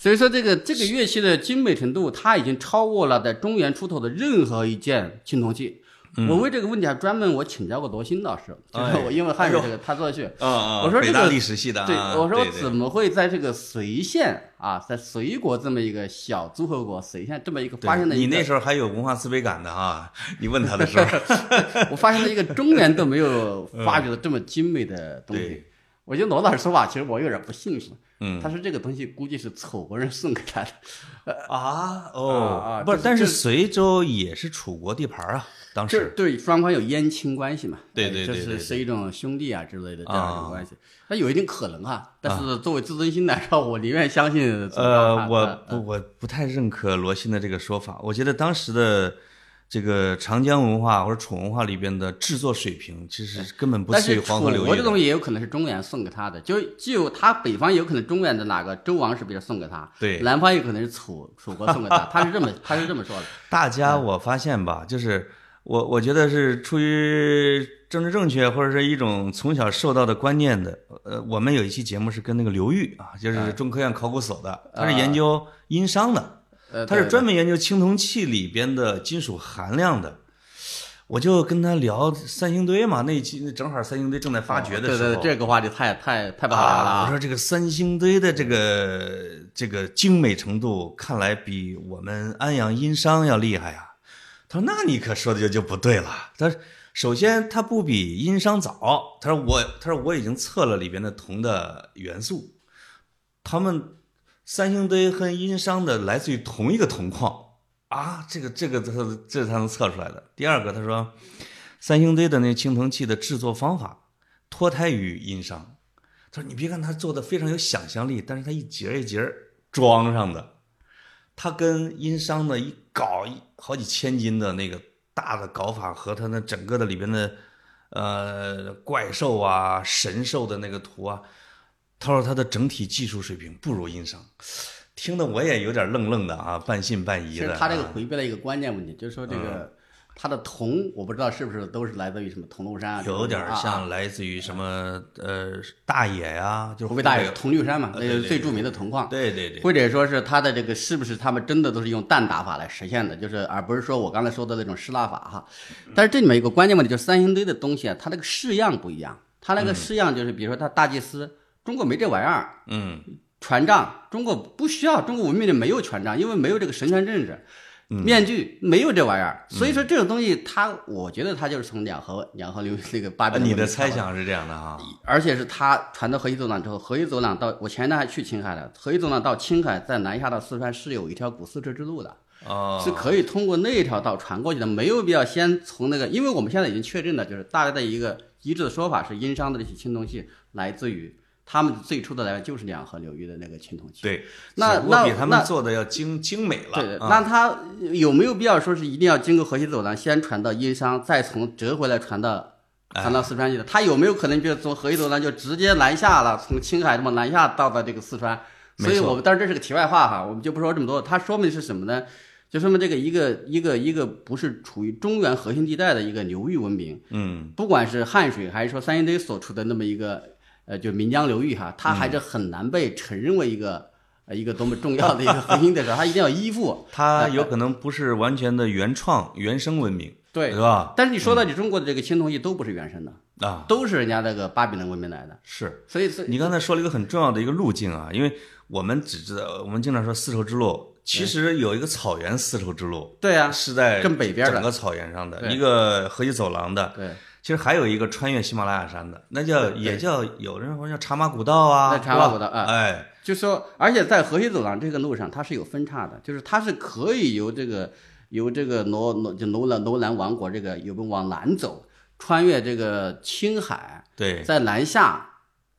S2: 所以说，这个这个乐器的精美程度，它已经超过了在中原出土的任何一件青铜器。我为这个问题还专门我请教过罗新老师，就是
S1: 嗯哎
S2: 我因为汉语这个他做的去，
S1: 嗯嗯，
S2: 我说
S1: 北
S2: 这
S1: 大
S2: 个
S1: 历史系的啊，
S2: 对，我说
S1: 对对
S2: 怎么会在这个隋县啊，在隋国这么一个小诸侯国隋县这么一个
S1: 对
S2: 发现了一
S1: 你
S2: 个
S1: 那时候还有文化自卑感的啊，你问他的 时候，
S2: 我发现了一个中原都没有发掘的这么精美的东西
S1: 嗯对。
S2: 我觉得罗老师说法，其实我有点不信是，
S1: 嗯
S2: 他说这个东西估计是楚国人送给他的，
S1: 啊，
S2: 啊啊
S1: 哦，不，
S2: 就是是
S1: 但是
S2: 就是
S1: 随州也是楚国地盘啊，当
S2: 这
S1: 时
S2: 对双方有姻亲关系嘛？
S1: 对
S2: 哎
S1: 对
S2: 这
S1: 对对
S2: 是
S1: 对
S2: 是一种兄弟啊之类的这样一
S1: 啊
S2: 种关系，那有一定可能啊。但是作为自尊心来说，我宁愿相信楚国
S1: 呃
S2: 啊。，
S1: 我
S2: 啊
S1: 不我不太认可罗新的这个说法。我觉得当时的这个长江文化或者楚文化里边的制作水平，其实根本不
S2: 哎但
S1: 次于
S2: 是
S1: 黄
S2: 楚
S1: 河流
S2: 国
S1: 域
S2: 这
S1: 的
S2: 东西也有可能是中原送给他的，就既有他北方有可能中原的哪个周王是比如送给他，
S1: 对
S2: 南方有可能是楚楚国送给他，他是这么他是这么说的。
S1: 大家
S2: 嗯
S1: 我发现吧，就是我我觉得是出于政治正确或者是一种从小受到的观念的。呃，我们有一期节目是跟那个刘玉啊，
S2: 嗯
S1: 就是中科院考古所的，他是研究殷商的。
S2: 啊呃，
S1: 他是
S2: 对
S1: 专门研究青铜器里边的金属含量的。我就跟他聊三星堆嘛，那一期那正好三星堆正在发掘的时候，
S2: 啊哦对对，这个话题太太太不好聊了
S1: 啊，我
S2: 啊！
S1: 说这个三星堆的这个这个精美程度，看来比我们安阳殷商要厉害啊。他说：“那你可说的就就不对了。”他说：“首先，它不比殷商早。”他说：“我，他说我已经测了里边的铜的元素，他们三星堆和殷商的来自于同一个铜矿啊，这个这个这这才能测出来的。”第二个，他说：“三星堆的那青铜器的制作方法脱胎于殷商。”他说：“你别看他做的非常有想象力，但是他一节儿一节儿装上的，他跟殷商的一搞一好几千斤的那个大的搞法和他那整个的里边的呃怪兽啊、神兽的那个图啊，他说他的整体技术水平不如殷商，听得我也有点愣愣的啊，半信半疑
S2: 其实
S1: 的。
S2: 他这个回避了一个关键问题，就是说这
S1: 嗯
S2: 个他的铜，我不知道是不是都是来自于什么铜庐山啊，
S1: 有点
S2: 啊
S1: 像来自于什么呃大野呀、就是
S2: 湖北大
S1: 野
S2: 有铜绿山嘛，
S1: 啊
S2: 那
S1: 对
S2: 个
S1: 对
S2: 最著名的铜矿。
S1: 对对对，
S2: 或者说是他的这个是不是他们真的都是用氮打法来实现的，就是而不是说我刚才说的那种施蜡法哈。
S1: 嗯
S2: 但是这里面有个关键问题，就是三星堆的东西啊，它那个式样不一样，它那个式样就是比如说它大祭司，中国没这玩意儿，
S1: 嗯，
S2: 船长，中国不需要，中国文明里没有船长，因为没有这个神权政治。
S1: 嗯
S2: 面具没有这玩意儿，所以说这种东西它，我觉得它就是从两河两河流域那个八
S1: 啊
S2: 百。
S1: 你的猜想是这样的哈，
S2: 而且是它传到河西走廊之后，河西走廊到我前一段还去青海了，河西走廊到青海在南下到四川是有一条古丝绸之路的，
S1: 哦，
S2: 是可以通过那条道传过去的，没有必要先从那个，因为我们现在已经确认了，就是大家的一个一致的说法是殷商的这些青铜器来自于他们最初的来源就是两河流域的那个青铜器。
S1: 对，
S2: 那
S1: 只不过
S2: 那
S1: 比他们
S2: 那
S1: 做的要精精美了，
S2: 对，
S1: 啊
S2: 那它有没有必要说是一定要经过河西走廊，先传到殷商，再从折回来传到传到四川去
S1: 哎
S2: 的？它有没有可能，比如从河西走廊就直接南下了，从青海这么南下到的这个四川？
S1: 没
S2: 所以
S1: 错
S2: 我们当然这是个题外话哈，我们就不说这么多。它说明是什么呢？就说明这个一个一个一个不是处于中原核心地带的一个流域文明，
S1: 嗯，
S2: 不管是汉水还是说三星堆所处的那么一个呃，就岷江流域哈，它还是很难被承认为一个、呃一个多么重要的一 个核心地带，它一定要依附。
S1: 它有
S2: 哎
S1: 可能不是完全的原创原生文明，
S2: 对
S1: 是吧？
S2: 但是你说到你中国的这个青铜器都不是原生的，
S1: 啊，
S2: 都是人家那个巴比伦文明来的，
S1: 是。
S2: 所以所以
S1: 你刚才说了一个很重要的一个路径啊，因为我们只知道我们经常说丝绸之路，其实有一个草原丝绸之路，
S2: 对啊，
S1: 是在
S2: 更北边的
S1: 整个草原上的
S2: 对
S1: 一个河西走廊的，
S2: 对，
S1: 其实还有一个穿越喜马拉雅山的，那叫
S2: 对
S1: 也叫有人说叫茶马古道啊，
S2: 那茶马
S1: 是吧
S2: 古道啊
S1: 哎，
S2: 就说而且在河西走廊这个路上，它是有分叉的，就是它是可以由这个由这个罗罗就罗兰罗兰王国这个有没有往南走，穿越这个青海，
S1: 对，
S2: 在南下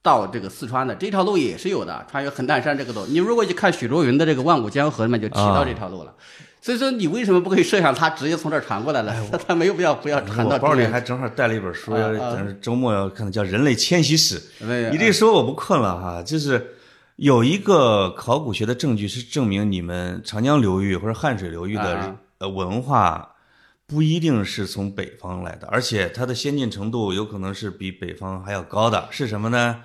S2: 到这个四川的这条路也是有的，穿越横断山这个路。你如果去看许茹芸的这个《万古江河》里面就提到这条路
S1: 啊
S2: 了。所以说，你为什么不可以设想它直接从这儿传过来了？ 它没有必要不要传
S1: 哎
S2: 到
S1: 我包
S2: 中
S1: 里
S2: 原
S1: 还正好带了一本书，
S2: 啊
S1: 要
S2: 啊
S1: 等着周末要看的，叫《人类迁徙史》。
S2: 对哎呀
S1: 你这一说我不困了哈，就是有一个考古学的证据是证明你们长江流域或者汉水流域的
S2: 啊
S1: 呃文化不一定是从北方来的，而且它的先进程度有可能是比北方还要高的。是什么呢？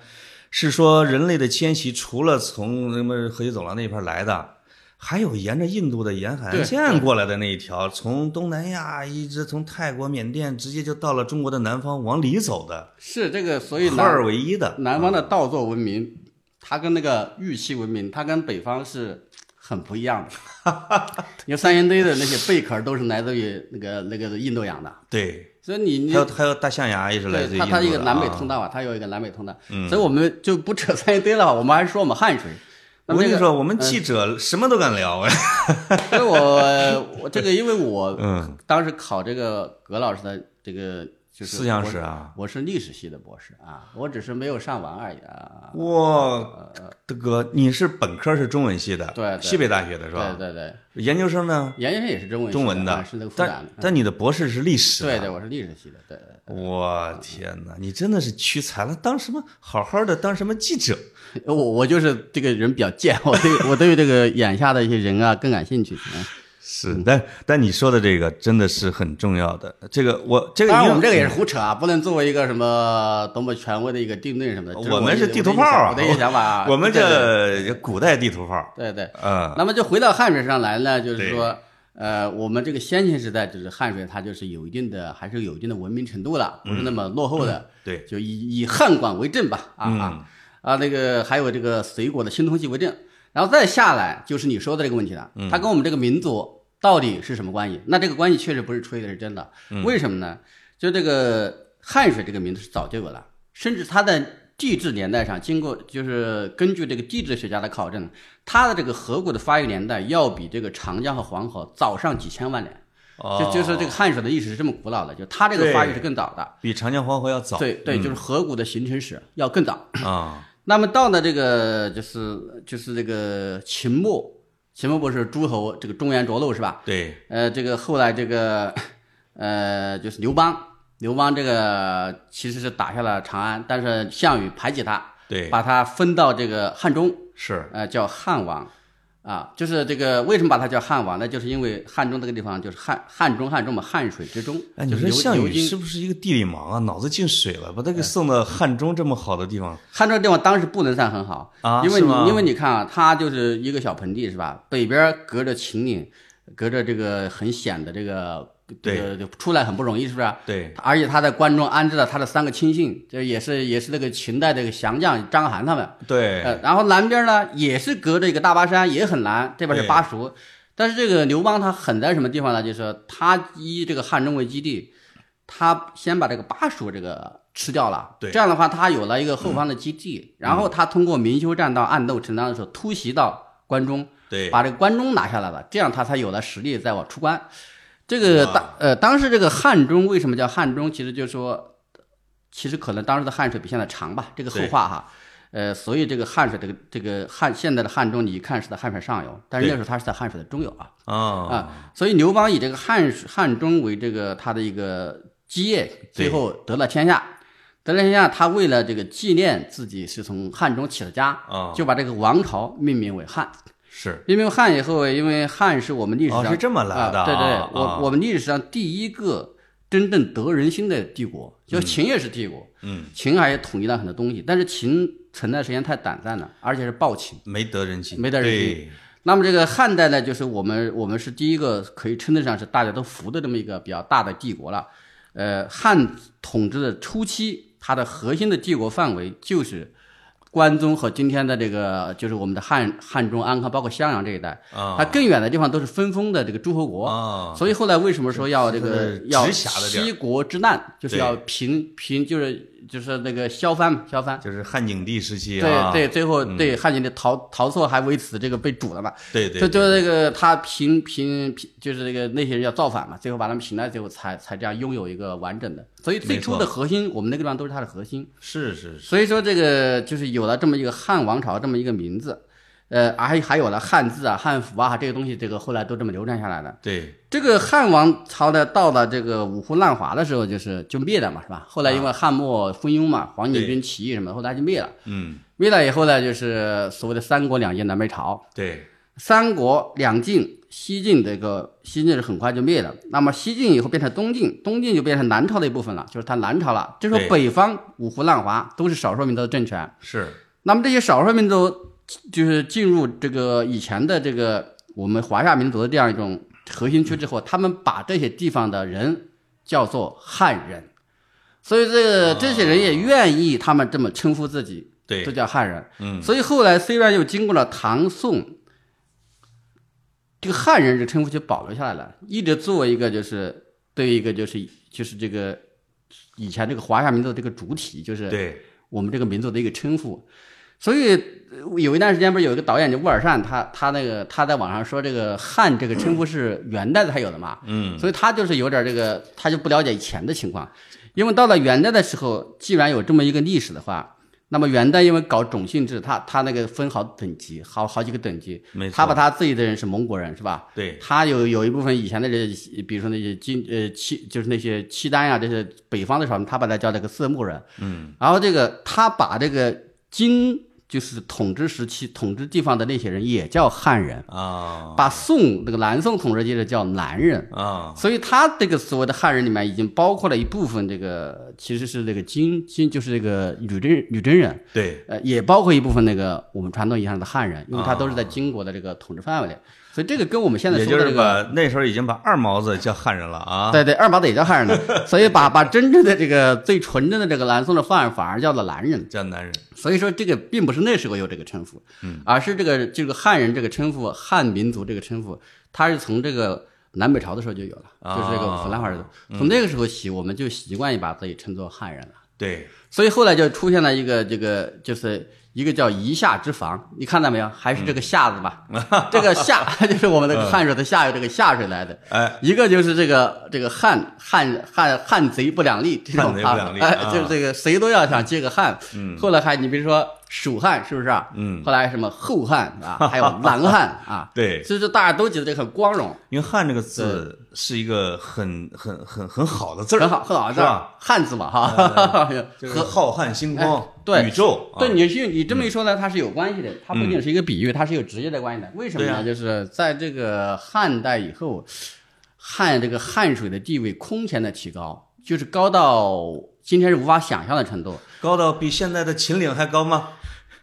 S1: 是说人类的迁徙除了从什么河西走廊那一片来的。还有沿着印度的沿海岸
S2: 对
S1: 线过来的那一条，从东南亚一直从泰国、缅甸，直接就到了中国的南方，往里走的，
S2: 是这个，所以
S1: 合
S2: 南
S1: 二为一的。
S2: 南方的稻作文明，它跟那个玉器文明，它跟北方是很不一样 的。你看三星堆的那些贝壳都是来自于那个那个印度洋的，
S1: 对，
S2: 所以你你
S1: 还有还有大象牙也是来自
S2: 对，
S1: 于
S2: 它
S1: 印
S2: 它
S1: 度
S2: 一个
S1: 的
S2: 南北
S1: 啊嗯
S2: 通道啊，它有一个南北通道，所以我们就不扯三一堆了，我们还是说我们汉水。那
S1: 我
S2: 么
S1: 跟
S2: 这
S1: 你
S2: 个，嗯
S1: 说，我们记者什么都敢聊哎。
S2: 所以 我我这个，因为我
S1: 嗯，
S2: 当时考这个葛老师的这个就是
S1: 思想
S2: 我
S1: 史，啊，
S2: 我是历史系的博士啊，我只是没有上完而已啊。
S1: 哇，大哥，你是本科是中文系的，
S2: 呃对对
S1: 西北大学的是
S2: 对
S1: 吧？
S2: 对对，
S1: 研究生呢，
S2: 研究生也是中文系
S1: 中文
S2: 的啊，
S1: 的
S2: 是那个，复旦
S1: 但
S2: 的。
S1: 但你的博士是啊历史的
S2: 对对，我是历史系的，对对。
S1: 我天哪，你真的是屈才了！当什么好好的当什么记者？
S2: 我我就是这个人比较贱，我对我对这个眼下的一些人啊更感兴趣。嗯
S1: 是，但但你说的这个真的是很重要的。这个我这个嗯
S2: 当然，
S1: 因为
S2: 我们这个也是胡扯啊，不能作为一个什么多么权威的一个定论什么的。这
S1: 我们
S2: 的
S1: 是地图炮啊
S2: 我的一个想法啊。
S1: 我们
S2: 对对
S1: 这古代地图炮，
S2: 对对。
S1: 嗯，
S2: 那么就回到汉水上来呢，就是说，呃，我们这个先秦时代就是汉水，它就是有一定的，还是有一定的文明程度了，不是那么落后的。
S1: 对，
S2: 就以以汉管为证吧，啊啊啊，那个还有这个隋国的青铜器为证，然后再下来就是你说的这个问题了，它跟我们这个民族到底是什么关系？那这个关系确实不是吹的，是真的。为什么呢？就这个汉水这个名字是早就有了，甚至它在地质年代上，经过就是根据这个地质学家的考证，它的这个河谷的发育年代要比这个长江和黄河早上几千万年。就就是这个汉水的历史是这么古老的，就它这个发育是更早的。
S1: 比长江黄河要早嗯
S2: 对对，就是河谷的形成史要更早。
S1: 啊，
S2: 那么到了这个就是就是这个秦末，秦末不是诸侯这个中原着陆是吧？
S1: 对，
S2: 呃，这个后来这个 呃就是刘邦，刘邦这个其实是打下了长安，但是项羽排挤他，
S1: 对，
S2: 把他分到这个汉中，
S1: 是，
S2: 呃，叫汉王，啊，就是这个为什么把它叫汉王呢？就是因为汉中这个地方就是汉汉中汉中嘛，汉水之中，
S1: 哎，
S2: 就
S1: 你说
S2: 是流
S1: 项
S2: 流
S1: 羽
S2: 经
S1: 是不是一个哎地理盲啊？脑子进水了，把他给送到汉中这么好的地方
S2: 汉中地方当时不能算很好
S1: 啊
S2: 因为
S1: 是吗
S2: 你因为你看啊，它就是一个小盆地是吧？北边隔着秦岭，隔着这个很险的这个，
S1: 对
S2: 这个就出来很不容易是不是？
S1: 对，
S2: 而且他在关中安置了他的三个亲信，这也是也是那个秦代这个降将章邯他们。
S1: 对，
S2: 呃，然后南边呢也是隔着一个大巴山，也很难，这边是巴蜀。但是这个刘邦他狠在什么地方呢？就是说他以这个汉中为基地，他先把这个巴蜀这个吃掉了，
S1: 对嗯
S2: 这样的话他有了一个后方的基地，然后他通过明修栈道、暗斗陈仓的时候突袭到关中，
S1: 对，
S2: 把这个关中拿下来了，这样他才有了实力再往出关。这个当呃当时这个汉中为什么叫汉中？其实就是说，其实可能当时的汉水比现在长吧，这个后
S1: 对
S2: 话哈。呃，所以这个汉水这个这个汉现在的汉中，你一看是在汉水上游，但是那时候它是在汉水的中游啊
S1: 啊，
S2: 啊，所以刘邦以这个汉水汉中为这个他的一个基业，最后得了天下。得了天下，他为了这个纪念自己是从汉中起的家，
S1: 啊
S2: 就把这个王朝命名为汉。
S1: 是
S2: 因为汉以后，因为汉是我们历史上、
S1: 哦是这么来的
S2: 啊对对，
S1: 啊啊
S2: 我我们历史上第一个真正得人心的帝国，就秦也是帝国，
S1: 嗯，
S2: 秦还统一了很多东西，但是秦存在时间太短暂了，而且是暴秦。
S1: 没得人心，
S2: 没得人心
S1: 对，
S2: 那么这个汉代呢，就是我们我们是第一个可以称得上是大家都服的这么一个比较大的帝国了。呃，汉统治的初期，它的核心的帝国范围就是关中和今天的这个就是我们的汉汉中、安康，包括襄阳这一带。
S1: 啊
S2: 它更远的地方都是分封的这个诸侯国。
S1: 啊
S2: 所以后来为什么说要这个
S1: 是
S2: 要
S1: 直辖的地儿
S2: 西国之难，就是
S1: 对啊
S2: 要平平，就是就是那个削藩削藩。
S1: 就是汉景帝时期
S2: 对
S1: 啊，
S2: 对，最后对汉景帝陶陶措还为此这个被煮了嘛。
S1: 对
S2: 就
S1: 对
S2: 就那个他平平平，就是那个那些人要造反嘛，最后把他们平了，最后才才这样拥有一个完整的。所以最
S1: 没
S2: 初
S1: 错
S2: 的核心，我们那个地方都是它的核心。
S1: 是是是，
S2: 所以说这个就是有了这么一个汉王朝这么一个名字，呃，还还有了汉字啊、汉服啊这个东西，这个后来都这么流传下来的。
S1: 对
S2: 这个汉王朝呢，到了这个五胡乱华的时候，就是就灭了嘛，是吧？后来因为汉末昏庸嘛，黄巾军起义什么的，后来就灭了。
S1: 嗯
S2: 灭了以后呢，就是所谓的三国两晋南北朝。
S1: 对
S2: 三国两晋，西晋这个西晋是很快就灭了。那么西晋以后变成东晋，东晋就变成南朝的一部分了，就是它南朝了。这时候
S1: 对
S2: 北方五胡乱华都是少数民族的政权。
S1: 是
S2: 那么这些少数民族就是进入这个以前的这个我们华夏民族的这样一种核心区之后，他们把这些地方的人叫做汉人，所以这个这些人也愿意他们这么称呼自己，
S1: 哦对
S2: 都叫汉人。
S1: 嗯
S2: 所以后来虽然又经过了唐宋，这个汉人这个称呼就保留下来了，一直作为一个就是对一个就是就是这个以前这个华夏民族的这个主体，就是
S1: 对
S2: 我们这个民族的一个称呼。所以呃有一段时间，不是有一个导演就沃尔善，他他那个他在网上说这个“汉”这个称呼是元代才有的嘛，
S1: 嗯
S2: 所以他就是有点这个，他就不了解以前的情况，因为到了元代的时候，既然有这么一个历史的话，那么元代因为搞种姓制，他他那个分好等级，好好几个等级
S1: 没，错
S2: 他把他自己的人是蒙古人是吧？
S1: 对
S2: 他有有一部分以前的这些，比如说那些金呃契，就是那些契丹呀、这些北方的少数，他把它叫那个色目人。嗯，然后这个他把这个金就是统治时期统治地方的那些人也叫汉人，
S1: 啊
S2: 把宋这个南宋统治阶级叫南人。
S1: 啊
S2: 所以他这个所谓的汉人里面已经包括了一部分这个其实是这个金金就是这个女真女真人，
S1: 对
S2: 呃，也包括一部分那个我们传统意义上的汉人，因为他都是在金国的这个统治范围内，所以这个跟我们现在
S1: 哦也
S2: 说
S1: 就
S2: 的
S1: 是
S2: 这个。
S1: 把那时候已经把二毛子叫汉人了 啊，
S2: 对对，二毛子也叫汉 人呢，所以把把真正的这个最纯正的这个南宋的汉人反而叫做南人，
S1: 叫男人，
S2: 所以说这个并不是那时候有这个称呼，嗯，而是这个这个汉人这个称呼，汉民族这个称呼，它是从这个南北朝的时候就有了，就是这个
S1: 啊
S2: 湖南话的，从那个时候起，我们就习惯于把自己称作汉人了。
S1: 对
S2: 所以后来就出现了一个这个，就是一个叫夷夏之防，你看到没有？还是这
S1: 嗯
S2: 个夏字吧？这个夏 就是我们这个汉水的夏，有这个夏水来的。
S1: 哎，
S2: 一个就是这个这个汉汉汉汉贼不两立这
S1: 汉
S2: 种
S1: 贼不两立
S2: 哎
S1: 啊
S2: 就是这个谁都要想接个汉。后来还你比如说蜀汉是不是啊？
S1: 嗯，
S2: 后来什么后汉啊，还有南汉啊
S1: 对，
S2: 所以说大家都觉得这个很光荣，
S1: 因为“汉”这个字是一个很很很很好的字儿，
S2: 很好，很好，
S1: 是吧？？
S2: 汉字嘛哈，
S1: 就是浩瀚星
S2: 哎
S1: 空，
S2: 对
S1: 宇宙，
S2: 对，
S1: 啊嗯
S2: 你是你这么一说呢，它是有关系的，它不仅是一个比喻，它是有直接的关系的。为什么
S1: 对啊
S2: 呢？就是在这个汉代以后，汉这个汉水的地位空前的提高，就是高到今天是无法想象的程度。
S1: 高到比现在的秦岭还高吗？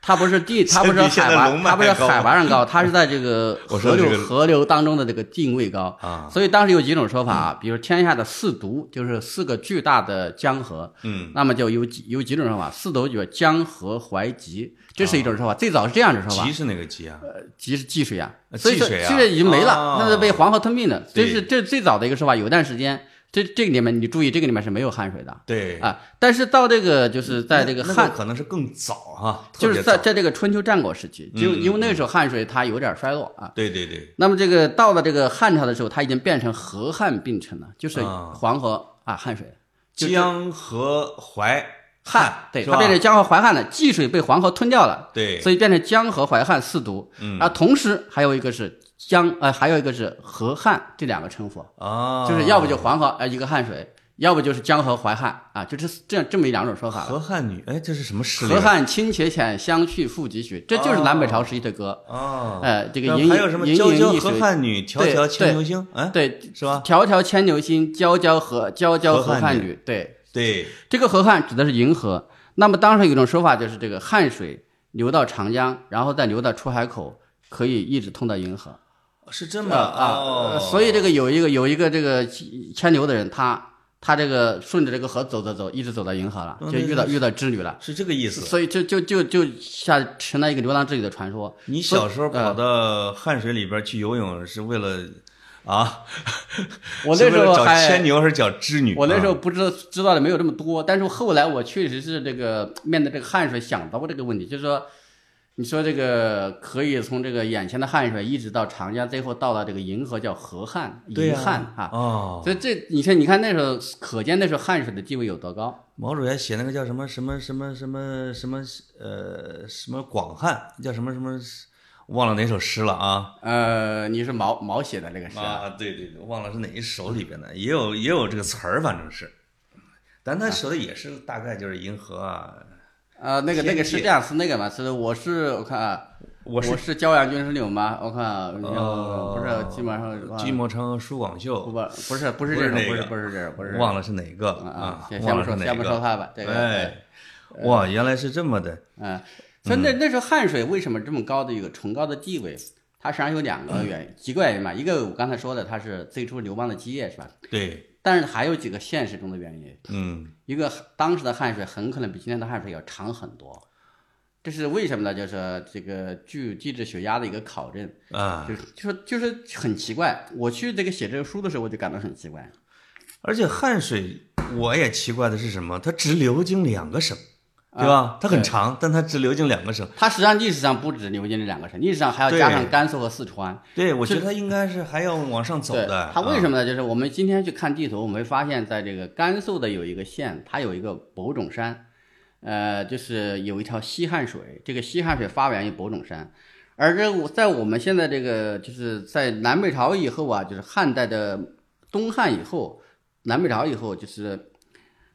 S2: 它不是地，它不是
S1: 现
S2: 海
S1: 在
S2: 拔
S1: 龙，脉
S2: 它不是
S1: 高
S2: 海拔上高，它是在这个
S1: 我说
S2: 河
S1: 的这
S2: 流
S1: 个
S2: 河流当中的这个定位高
S1: 啊。
S2: 所以当时有几种说法啊，比如天下的四渎，就是四个巨大的江河，
S1: 嗯，
S2: 那么就有几有几种说法，四渎叫江河淮集，这是一种说法，最早是这样的说法
S1: 吉，是哪个啊吉啊？
S2: 集是济水啊，
S1: 呃
S2: 所以说
S1: 济水啊
S2: 现在已经没了
S1: 哦，
S2: 那是被黄河吞并的，这
S1: 对
S2: 是这是最早的一个说法。有段时间，这这个里面你注意，这个里面是没有汉水的
S1: 对，
S2: 啊，但是到这个就是在这个
S1: 那
S2: 汉
S1: 可能是更早哈，特
S2: 就
S1: 别
S2: 是在
S1: 早
S2: 在这个春秋战国时期，
S1: 嗯
S2: 就因为那时候汉水它有点衰落啊。
S1: 对对对，
S2: 那么这个到了这个汉朝的时候，它已经变成河汉并称了，就是
S1: 啊
S2: 黄河啊汉水就
S1: 江河淮
S2: 汉，对，
S1: 是
S2: 它
S1: 吧
S2: 变成江河淮汉了，济水被黄河吞掉了，
S1: 对，
S2: 所以变成江河淮汉四渎。
S1: 嗯
S2: 啊，同时还有一个是江，呃，还有一个是河汉这两个称呼，
S1: 啊，
S2: 就是要不就黄河呃一个汉水，要不就是江河淮汉啊，就是这样这么一两种说法了。
S1: 河汉女，哎，这是什么诗
S2: 河
S1: 里？
S2: 汉清且浅，相去复几许，这就是南北朝时期的歌。
S1: 啊，
S2: 呃，这个
S1: 那
S2: 盈
S1: 还有什
S2: 盈
S1: 么
S2: 盈
S1: 皎
S2: 盈
S1: 皎
S2: 一
S1: 河
S2: 水，
S1: 汉女，迢
S2: 对
S1: 迢牵
S2: 对
S1: 牛星，哎，
S2: 对，
S1: 是吧？
S2: 迢迢牵牛星，皎皎河皎皎河
S1: 河汉
S2: 汉
S1: 女
S2: 女。对，
S1: 对，
S2: 这个河汉指的是银河。那么当时有一种说法就是这个汉水流到长江，然后再流到出海口，可以一直通到银河。
S1: 是这么哦
S2: 啊啊，所以这个有一个有一个这个牵牛的人，他他这个顺着这个河走走走，一直走到银河了，
S1: 嗯
S2: 就
S1: 那
S2: 遇到遇到织女了，
S1: 是这个意思。
S2: 所以就就就就下成了一个牛郎织女的传说。
S1: 你小时候
S2: 啊
S1: 跑到汗水里边去游泳是为了啊？
S2: 我
S1: 是
S2: 那
S1: 为
S2: 时
S1: 了
S2: 候
S1: 找
S2: 还
S1: 牵牛还是找织女？
S2: 我那时候
S1: 啊
S2: 不知道知道的没有这么多，但是后来我确实是这个面对这个汗水想到过这个问题，就是说，你说这个可以从这个眼前的汗水一直到长江，最后到了这个银河叫河汉
S1: 对
S2: 银
S1: 呀
S2: 汉啊，
S1: 哦，
S2: 所以这你看，你看那时候，可见那时候汉水的地位有多高。
S1: 毛主席还写那个叫什么什么什么什么什么呃什么广汉叫什么什么，忘了哪首诗了啊？
S2: 呃，你是毛毛写的那个是吧？
S1: 啊，对对对，忘了是哪一首里边的，也有也有这个词儿，反正是，但
S2: 啊
S1: 他说的也是大概就是银河啊，
S2: 呃，那个那个是这样，是那个嘛？是我是我看啊，我是骄阳军师柳嘛？我看啊，
S1: 哦
S2: 不是基本上
S1: 金莫成、舒广
S2: 不
S1: 秀，
S2: 不不是不是
S1: 不是
S2: 这不
S1: 那
S2: 是
S1: 个
S2: 不是这不是
S1: 忘了是哪个了
S2: 啊，先先
S1: 忘
S2: 不
S1: 了是
S2: 说
S1: 哪
S2: 先不说
S1: 个，
S2: 他吧，这个
S1: 哎，哇，原来是这么的，
S2: 嗯，所以那那时候汉水为什么这么高的一个崇高的地位？它实际上有两个原因，几个原因嘛。一个我刚才说的，它是最初流氓的基业是吧？
S1: 对，
S2: 但是还有几个现实中的原因。
S1: 嗯，
S2: 一个当时的汗水很可能比今天的汗水要长很多，这是为什么呢？就是这个据地质学家的一个考证，
S1: 啊，
S2: 就是就是就是很奇怪。我去这个写这个书的时候，我就感到很奇怪。
S1: 而且汉水，我也奇怪的是什么，它只流经两个省，
S2: 啊
S1: 对吧？它很长，但它只流经两个省，
S2: 它实际上历史上不止牛津这两个省，历史上还要加上
S1: 对
S2: 甘肃和四川。
S1: 对我觉得它应该是还要往上走
S2: 对
S1: 的，，啊
S2: 它为
S1: 么？
S2: 什么呢？就是我们今天去看地图，我们会发现在这个甘肃的有一个县，它有一个博种山，呃，就是有一条西汉水，这个西汉水发源于博种山。而这我在我们现在这个就是在南北朝以后啊，就是汉代的东汉以后，南北朝以后就是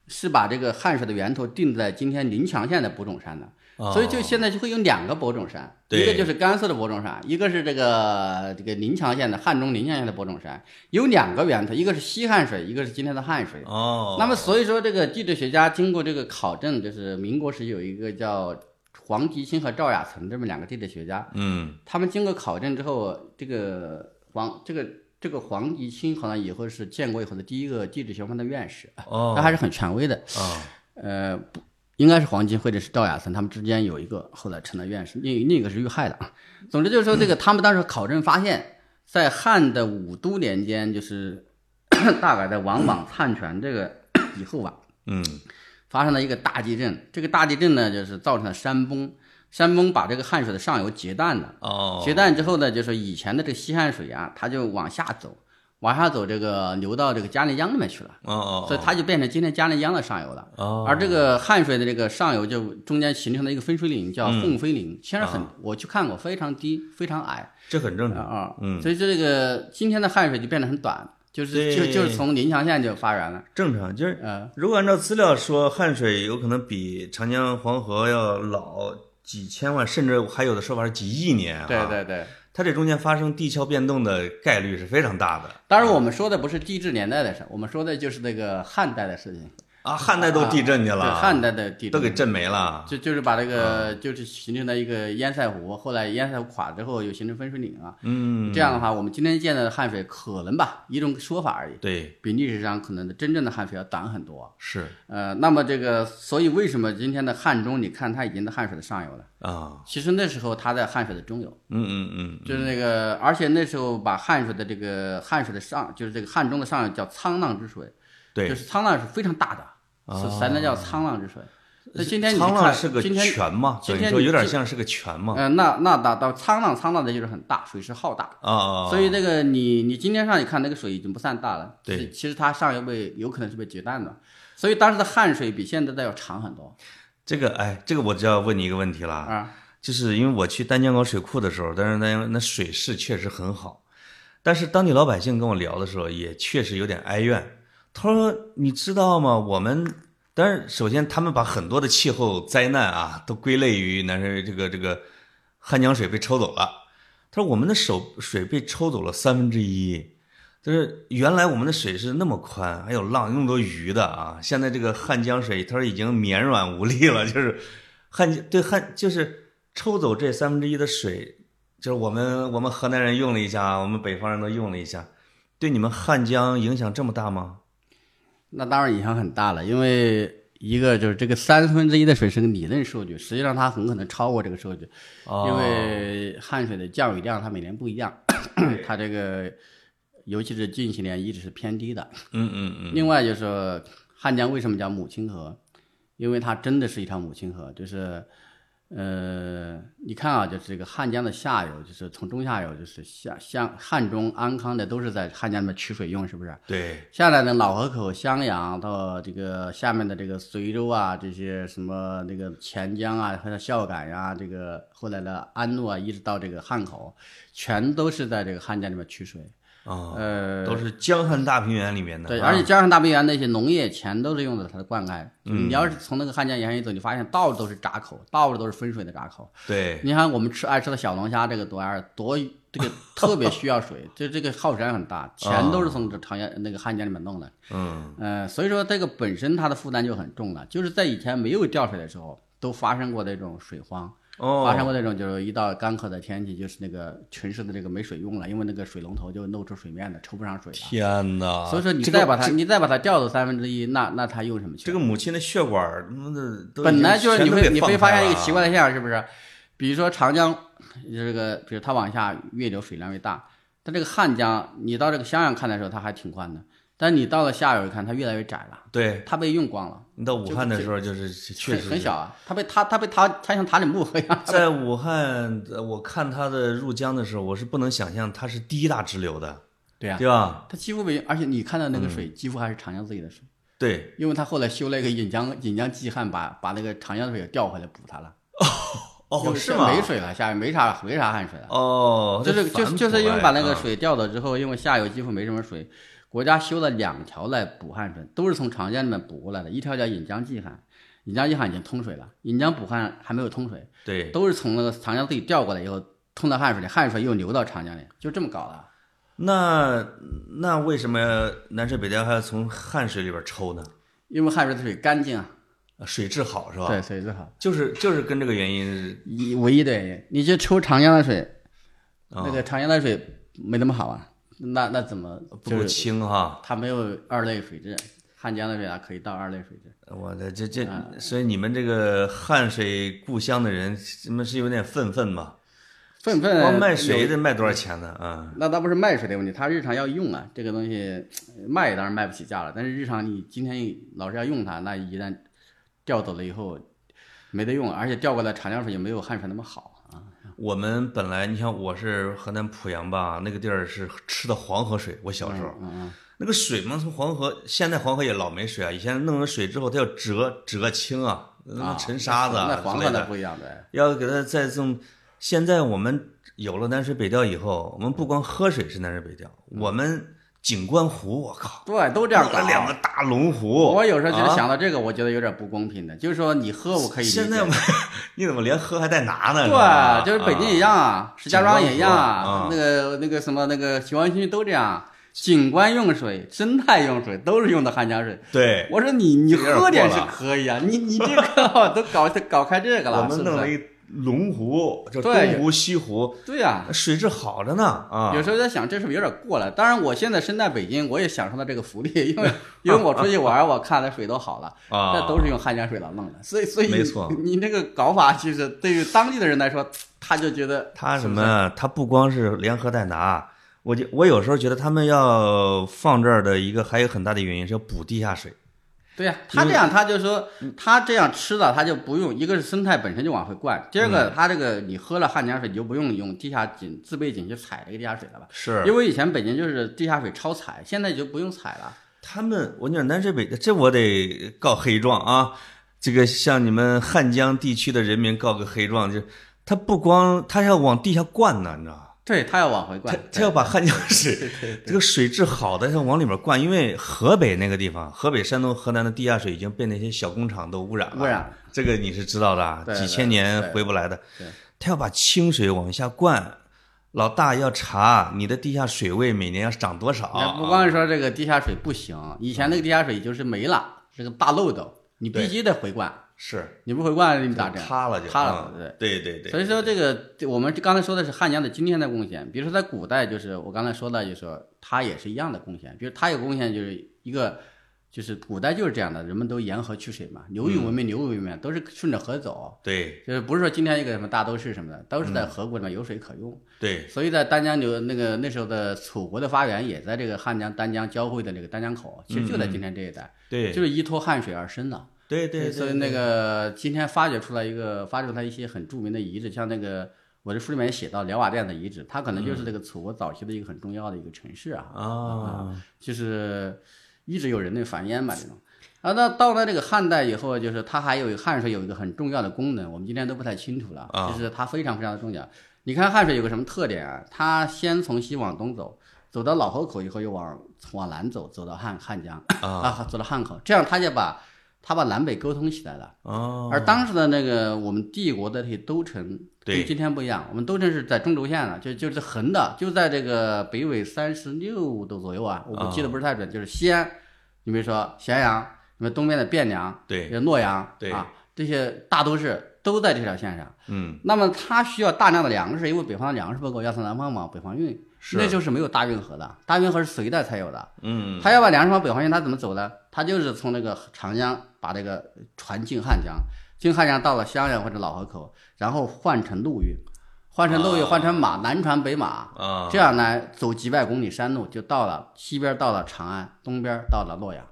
S2: 是把这个汉水的源头定在今天临强县的博种山的。
S1: 哦
S2: 所以就现在就会有两个博种山，
S1: 对
S2: 一个就是甘肃的博种山，一个是这个这个临强县的汉中临强县的博种山，有两个源头，一个是西汉水，一个是今天的汉水。
S1: 哦，
S2: 那么所以说，这个地质学家经过这个考证，就是民国时有一个叫黄吉清和赵亚岑这么两个地质学家，
S1: 嗯。
S2: 他们经过考证之后，这个黄这个这个黄吉清好像以后是建国以后的第一个地质学院的院士，
S1: 哦，
S2: 他还是很权威的。
S1: 啊，
S2: 呃，不应该是黄金或者是赵亚森，他们之间有一个后来成了院士，另另一个是遇害的。啊。总之就是说，这个他们当时考证发现，在汉的武都年间，就是 大概在王莽篡权这个以后吧，
S1: 嗯，
S2: 发生了一个大地震。这个大地震呢，就是造成了山崩，山崩把这个汉水的上游截断了。
S1: 哦，
S2: 截断之后呢，就是以前的这个西汉水啊，它就往下走，往下走，这个流到这个嘉陵江里面去了，
S1: 哦哦，
S2: 所以它就变成今天嘉陵江的上游了。
S1: 哦，
S2: 而这个汉水的这个上游就中间形成了一个分水岭，
S1: 嗯
S2: 叫凤飞岭，其实很，我去看过，非常低，非常矮
S1: 这很正
S2: 啊
S1: 常，
S2: 啊，
S1: 啊嗯，
S2: 所以说这个今天的汉水就变得很短，就是
S1: 对
S2: 就就是从临强县就发源了，
S1: 正常就是，
S2: 呃，
S1: 如果按照资料说，汉水有可能比长江黄河要老几千万，甚至还有的说法是几亿年、啊，
S2: 对，对对。
S1: 它这中间发生地壳变动的概率是非常大的
S2: 当然，我们说的不是地质年代的事，我们说的就是那个汉代的事情。
S1: 啊，汉代都地震去了，啊
S2: 对汉代的地
S1: 都给
S2: 震，
S1: 震没了。
S2: 就就是把这
S1: 啊
S2: 个就是形成了一个淹塞湖，后来淹塞湖垮之后又形成分水岭啊。
S1: 嗯，
S2: 这样的话，我们今天见到的汉水可能吧，一种说法而已，
S1: 对，
S2: 比历史上可能的真正的汉水要短很多。
S1: 是
S2: 呃，那么这个，所以为什么今天的汉中，你看它已经在汉水的上游了？
S1: 啊，
S2: 其实那时候它在汉水的中游，
S1: 嗯嗯嗯，
S2: 就是那个，而且那时候把汉水的这个汉水的上，就是这个汉中的上游叫沧浪之水，
S1: 对
S2: 就，是沧浪是非常大的，
S1: 哦
S2: 是才能叫沧浪之水。那今天你
S1: 沧浪
S2: 看
S1: 是个
S2: 今天，
S1: 泉嘛，
S2: 今
S1: 等于
S2: 天
S1: 说
S2: 你
S1: 有点
S2: 今
S1: 像是个泉嘛，
S2: 呃，那那大到沧浪，沧浪的就是很大，水势浩大。
S1: 啊啊，啊
S2: 所以这个你你今天上去看那个水已经不算大了，
S1: 对
S2: 其，其实它上游被有可能是被截断的，所以当时的汉水比现在的要长很多
S1: 这个哎，这个我就要问你一个问题了，
S2: 啊。
S1: 就是因为我去丹江口水库的时候，但是丹江那水势确实很好，但是当地老百姓跟我聊的时候，也确实有点哀怨。他说：“你知道吗？我们，但是首先他们把很多的气候灾难啊，都归类于那是这个这个汉江水被抽走了。他说我们的手水被抽走了三分之一，就是原来我们的水是那么宽，还有浪那么多鱼的啊，现在这个汉江水，他说已经绵软无力了，就是汉对汉就是抽走这三分之一的水，就是我们我们河南人用了一下，我们北方人都用了一下，对你们汉江影响这么大吗？
S2: 那当然影响很大了，因为一个就是这个三分之一的水是个理论数据，实际上它很可能超过这个数据，
S1: 哦
S2: 啊因为汉水的降雨量它每年不一样， 它这个尤其是近几年一直是偏低的。
S1: 嗯嗯嗯，
S2: 另外就是说汉江为什么叫母亲河，因为它真的是一条母亲河，就是。呃，你看啊，就是这个汉江的下游，就是从中下游，就是像像汉中、安康的，都是在汉江里面取水用，是不是？
S1: 对，
S2: 下来的老河口、襄阳到这个下面的这个随州啊，这些什么那个钱江啊，还有孝感呀、这个后来的安陆啊，一直到这个汉口，全都是在这个汉江里面取水。
S1: 啊、
S2: 呃，
S1: 都是江汉大平原里面的，
S2: 对，
S1: 啊
S2: 而且江上大平原那些农业全都是用的它的灌溉。
S1: 嗯
S2: 你要是从那个汉江沿岸一走，你发现到处都是闸口，到处都是分水的闸口。
S1: 对，
S2: 你看我们吃爱吃的小龙虾，这个多爱多这个特别需要水， 这这个耗水量很
S1: 啊
S2: 大，全都是从这长江那个汉江里面弄的。
S1: 嗯，
S2: 呃，所以说这个本身它的负担就很重了，就是在以前没有调水的时候，都发生过那种水荒，
S1: 哦，
S2: 发生过那种就是一到干渴的天气，就是那个全市的这个没水用了，因为那个水龙头就露出水面了，抽不上水了。
S1: 天哪！
S2: 所以说你
S1: 啊这个
S2: 再把它、你再把它调走三分之一，那那它用什么去？
S1: 这个母亲的血管儿，他妈的都已
S2: 本
S1: 经
S2: 来就是
S1: 全
S2: 你
S1: 都
S2: 会
S1: 给
S2: 你
S1: 放
S2: 会发
S1: 开
S2: 现一个
S1: 了
S2: 奇怪的现象，是不是？比如说长江，这个比如它往下越流水量越大，但这个汉江，你到这个襄阳看的时候它还挺宽的，但你到了下游一看，它越来越窄了，
S1: 对，
S2: 它被用光了。
S1: 你到武汉的时候就是确
S2: 很
S1: 实
S2: 很啊
S1: 是
S2: 小啊，它被它它被它它像塔里木河一样，
S1: 在武汉，呃我看它的入江的时候，我是不能想象它是第一大支流的，
S2: 对呀、
S1: 对啊嗯吧？
S2: 它几乎被，而且你看到那个水几乎还是长江自己的水，
S1: 对，
S2: 因为它后来修了一个引江引江济汉，把把那个长江的水调回来补它了。
S1: 哦，
S2: 就是
S1: 吗？
S2: 没水了，下面没啥没啥旱水了，
S1: 哦，
S2: 就是
S1: 这
S2: 就是
S1: 反
S2: 就是因为
S1: 哺
S2: 把
S1: 哎
S2: 那个
S1: 啊
S2: 水调走之后，因为下游几乎没什么水，国家修了两条来补汉水，都是从长江里面补过来的，一条叫引江济汉。引江济汉已经通水了，引江补汉还没有通水，
S1: 对，
S2: 都是从那个长江自己调过来以后，通到汉水里，汉水又流到长江里，就这么搞的。
S1: 那那为什么南水北调还要从汉水里边抽呢？
S2: 因为汉水的水干净啊，
S1: 水质好是吧？，
S2: 对，水质好，
S1: 就是就是跟这个原因
S2: 一唯一的原因。你就抽长江的水，
S1: 啊、
S2: 那个长江的水没那么好啊，那那怎么
S1: 不
S2: 就
S1: 够
S2: 是
S1: 清哈。
S2: 它没有二类水质？汉江的水啊，可以到二类水质。
S1: 我的这这，
S2: 啊
S1: 所以你们这个汉水故乡的人，你们是有点愤愤嘛？
S2: 粪
S1: 光
S2: 粪
S1: 卖水得卖多少钱呢？啊、
S2: 那倒不是卖水的问题，它日常要用啊，这个东西呃卖当然卖不起价了，但是日常你今天老是要用它，那一旦调走了以后没得用，而且调过来长江水也没有汉水那么好啊。
S1: 我们本来你像我是河南濮阳吧，那个地儿是吃的黄河水，我小时候、
S2: 嗯嗯，
S1: 那个水嘛，从黄河，现在黄河也老没水啊，以前弄了水之后，它要折折清啊，那
S2: 啊
S1: 沉沙子啊
S2: 那黄
S1: 之
S2: 河
S1: 类
S2: 那
S1: 的，
S2: 不一样的。
S1: 要给它再这么。现在我们有了南水北调以后，我们不光喝水是南水北调，
S2: 嗯
S1: 我们景观湖，我靠，
S2: 对，都这样
S1: 弄了两
S2: 搞啊
S1: 个。大龙湖，
S2: 我有时候觉
S1: 啊
S2: 得想到这个，我觉得有点不公平的。就是说，你喝我可以理解，
S1: 现在我 你怎么连喝还带拿呢？吧
S2: 对，啊就是北京也一样啊，石家庄也一样
S1: 啊
S2: 那个那个什么那个雄安新区都这样。警官用水、侦探用水都是用的汉江水。
S1: 对，
S2: 我说你你
S1: 有点
S2: 喝点
S1: 过
S2: 是
S1: 了
S2: 可以啊，你你这个 都搞搞开这个
S1: 我
S2: 了，是
S1: 们
S2: 不
S1: 弄了
S2: 是？
S1: 一龙湖，就
S2: 对
S1: 东湖、西湖，
S2: 对呀、
S1: 水质好着呢啊
S2: 有。时候在想，这是不是有点过了？当然，我现在身在北京，我也享受到这个福利，因为因为我出去玩，我看的水都好了，
S1: 啊
S2: 那都是用汉江水来弄的，所以所以
S1: 没错
S2: 你你这个搞法其实对于当地的人来说，他就觉得
S1: 他
S2: 是
S1: 什
S2: 不
S1: 么
S2: 是
S1: 啊？他不光是连喝带拿，我就我有时候觉得他们要放这儿的一个还有很大的原因是要补地下水。
S2: 对呀、他这样他就说他这样吃了，他就不用一个是生态本身就往回灌，第二
S1: 嗯
S2: 个他这个你喝了汉江水，你就不用用地下井自备井去采这个地下水了吧？
S1: 是
S2: 因为以前北京就是地下水超采，现在就不用采了。
S1: 他们，我跟你讲南水北，这我得告黑状啊！这个向你们汉江地区的人民告个黑状，就他不光他要往地下灌呢，你知道吗？
S2: 对他要往回
S1: 他
S2: 灌，
S1: 他要把汉江 水这个水质好的要往里面灌，因为河北那个地方，河北、山东、河南的地下水已经被那些小工厂都污染了，
S2: 污染
S1: 这个你是知道的啊，
S2: 对
S1: 几
S2: 对
S1: 千年
S2: 对
S1: 回不来的
S2: 对。
S1: 他要把清水往下灌，老大要查你的地下水位每年要涨多
S2: 那
S1: 少，
S2: 啊
S1: 啊
S2: 不光是说这个地下水不行，以前那个地下水就是没了，是个大漏斗，你必
S1: 对
S2: 须得回灌，
S1: 是
S2: 你不回灌你咋整？
S1: 塌了就
S2: 塌了对
S1: 嗯对对对，
S2: 所以说这个这我们刚才说的是汉江的今天的贡献，比如说在古代就是我刚才说的，就是说它也是一样的贡献，比如它有贡献就是一个。就是古代就是这样的，人们都沿河取水嘛，流域文明、流域文明都是顺着河走，
S1: 对
S2: 就是不是说今天一个什么大都市什么的，都是在河谷里面有水可用。
S1: 对
S2: 所以在丹江流那个那时候的楚国的发源也在这个汉江丹江交汇的那个丹江口，其实就在今天这一带，
S1: 对
S2: 就是依托汉水而生的。
S1: 对对
S2: 所以
S1: 对，
S2: 那个今天发掘出来一个发掘出来一些很著名的遗址，像那个我这书里面也写到辽瓦店的遗址，它可能
S1: 嗯
S2: 就是这个楚国早期的一个很重要的一个城市啊。
S1: 啊，
S2: 就是一直有人类繁衍嘛这种。啊，那到了这个汉代以后，就是它还有汉水有一个很重要的功能，我们今天都不太清楚了，
S1: 啊
S2: 就是它非常非常的重要。你看汉水有个什么特点啊？它先从西往东走，走到老河口以后又往往南走，走到汉汉江
S1: 啊
S2: 走到汉口，这样它就把它把南北沟通起来了。
S1: 哦，
S2: 而当时的那个我们帝国的这些都城，
S1: 对
S2: 跟今天不一样。我们都城是在中轴线了，就就是横的，就在这个北纬三十六度左右啊，我不记得不是太准。就是西安，你比如说咸阳，你们东边的汴梁，
S1: 对，
S2: 洛阳，
S1: 对
S2: 啊，这些大都市都在这条线上。
S1: 嗯
S2: 那么它需要大量的粮食，因为北方的粮食不够，要从南方往北方运，
S1: 是
S2: 那就是没有大运河的，大运河是隋代才有的。
S1: 嗯
S2: 他要把粮食往北方运，他怎么走呢？他就是从那个长江把这个船进汉江，进汉江到了襄阳或者老河口，然后换成陆运，换成陆运，
S1: 啊
S2: 换成马，南船北马，
S1: 啊，
S2: 这样呢走几百公里山路就到了，西边到了长安，东边到了洛阳。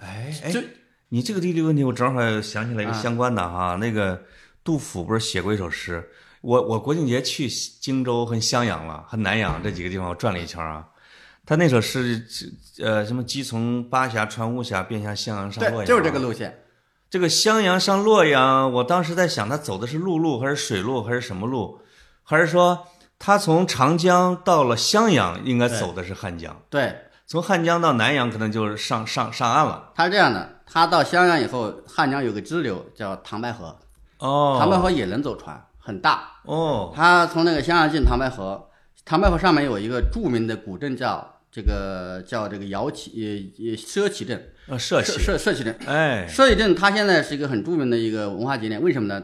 S1: 哎哎
S2: 就，
S1: 你这个地理问题，我正好想起来一个
S2: 啊
S1: 相关的哈、那个杜甫不是写过一首诗？我我国庆节去荆州和襄阳了，和南阳这几个地方我转了一圈啊。他那首诗，呃，什么“鸡从巴峡穿巫峡，便下襄阳上洛阳”，
S2: 就是这个。路线。
S1: 这个襄阳上洛阳，我当时在想，他走的是陆路还是水路还是什么路，还是说他从长江到了襄阳，应该走的是汉江；
S2: 对，
S1: 从汉江到南阳，可能就是上上上岸了。
S2: 他是这样的，他到襄阳以后，汉江有个支流叫唐白河，
S1: 哦，
S2: 唐白河也能走船，很大。
S1: 哦，
S2: 他从那个襄阳进唐白河，唐白河上面有一个著名的古镇叫这个叫这个姚旗呃呃社旗镇，
S1: 呃，社
S2: 社
S1: 企，
S2: 社社旗镇，
S1: 哎，
S2: 社旗镇它现在是一个很著名的一个文化景点，为什么呢？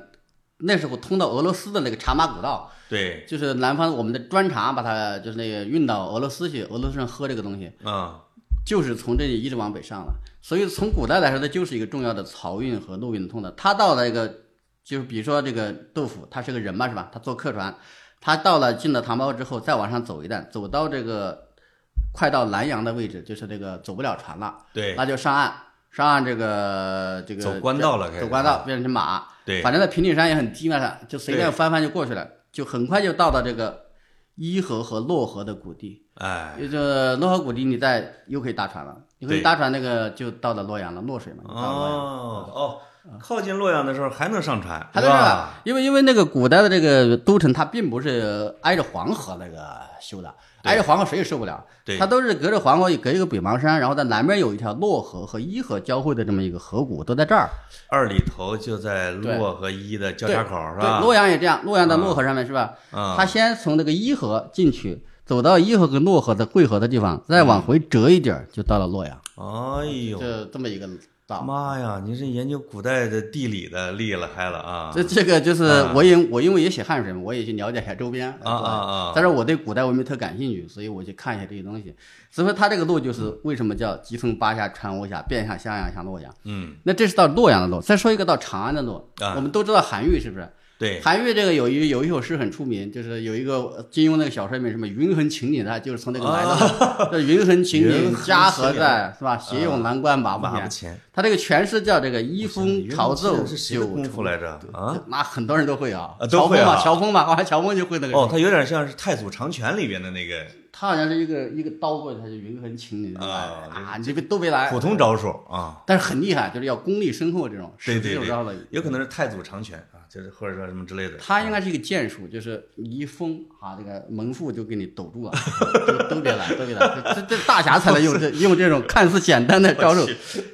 S2: 那时候通到俄罗斯的那个茶马古道，
S1: 对，
S2: 就是南方我们的砖茶，把它就是那个运到俄罗斯去，俄罗斯人喝这个东西，
S1: 啊，
S2: 就是从这里一直往北上了。所以从古代来说，它就是一个重要的漕运和陆运通的。他到了一个，就是比如说这个杜甫，他是个人嘛，是吧？他坐客船，他到了进了唐包之后，再往上走一段，走到这个快到南阳的位置，就是这个走不了船了，
S1: 对，
S2: 那就上岸，上岸这个这个
S1: 走官道了开始啊
S2: 走官道变成马，
S1: 对，
S2: 反正在平顶山也很低嘛，就随便
S1: 对
S2: 翻翻就过去了，就很快就到了这个伊河和洛河的谷地。
S1: 哎，
S2: 也就洛河谷地，你在又可以搭船了，你可以
S1: 对
S2: 搭船那个就到了洛阳了，洛水嘛，就到了洛阳。
S1: 哦哦，靠近洛阳的时候还能上船，
S2: 还
S1: 是
S2: 在这儿啊
S1: 吧？，
S2: 因为因为那个古代的这个都城，它并不是挨着黄河那个修的，
S1: 对
S2: 挨着黄河谁也受不了。
S1: 对
S2: 它都是隔着黄河，隔一个北邙山，然后在南边有一条洛河和伊河交汇的这么一个河谷，都在这儿。
S1: 二里头就在洛和伊的交叉口，是
S2: 对，
S1: 吧？
S2: 洛阳也这样，洛阳在洛河上面是吧？
S1: 啊
S2: 它先从那个伊河进去，走到伊河跟洛河的汇合的地方，再往回折一点儿就到了洛阳，
S1: 嗯哎呦，
S2: 就这么一个道。
S1: 妈呀！您是研究古代的地理的，厉了开了啊！
S2: 这这个就是我也我因为也写汉水嘛，我也去了解一下周边
S1: 啊啊啊
S2: 但是我对古代文明特感兴趣，所以我去看一下这些东西。所以说它这个路
S1: 嗯
S2: 就是为什么叫基层八下穿巫峡，遍下襄阳向洛阳。
S1: 嗯，
S2: 那这是到洛阳的路，再说一个到长安的路。
S1: 啊
S2: 我们都知道韩愈是不是？
S1: 对，
S2: 韩愈这个有一有一首诗很出名，就是有一个金庸那个小说里面什么“云横秦岭”，它就是从那个来的，这云横秦
S1: 啊 云
S2: 岭
S1: 横
S2: 家何
S1: 秦岭
S2: 在”是吧？斜咏蓝关马不
S1: 马
S2: 前
S1: 不。前，
S2: 他这个全是叫这个一风朝奏
S1: 是谁的
S2: 九
S1: 功夫来着啊？
S2: 那很多人都会啊
S1: 啊，都
S2: 乔
S1: 会
S2: 峰
S1: 啊
S2: 嘛，乔峰嘛，后来乔峰就会那个。
S1: 哦，它有点像是《太祖长拳》里边的那个
S2: 他好像是一个一个刀过去，他就云横秦岭
S1: 啊
S2: 啊，你这边都别来
S1: 普，通招数啊。
S2: 但是很厉害，就是要功力深厚这种，
S1: 对
S2: 实
S1: 对
S2: 际
S1: 对
S2: 上了。
S1: 有可能是太祖长拳啊，就是或者说什么之类的。
S2: 他应该是一个剑术，就是你一封啊，这个门户就给你堵住了， 都都别来，都别来， 这这这大侠才能 用这用这种看似简单的招数，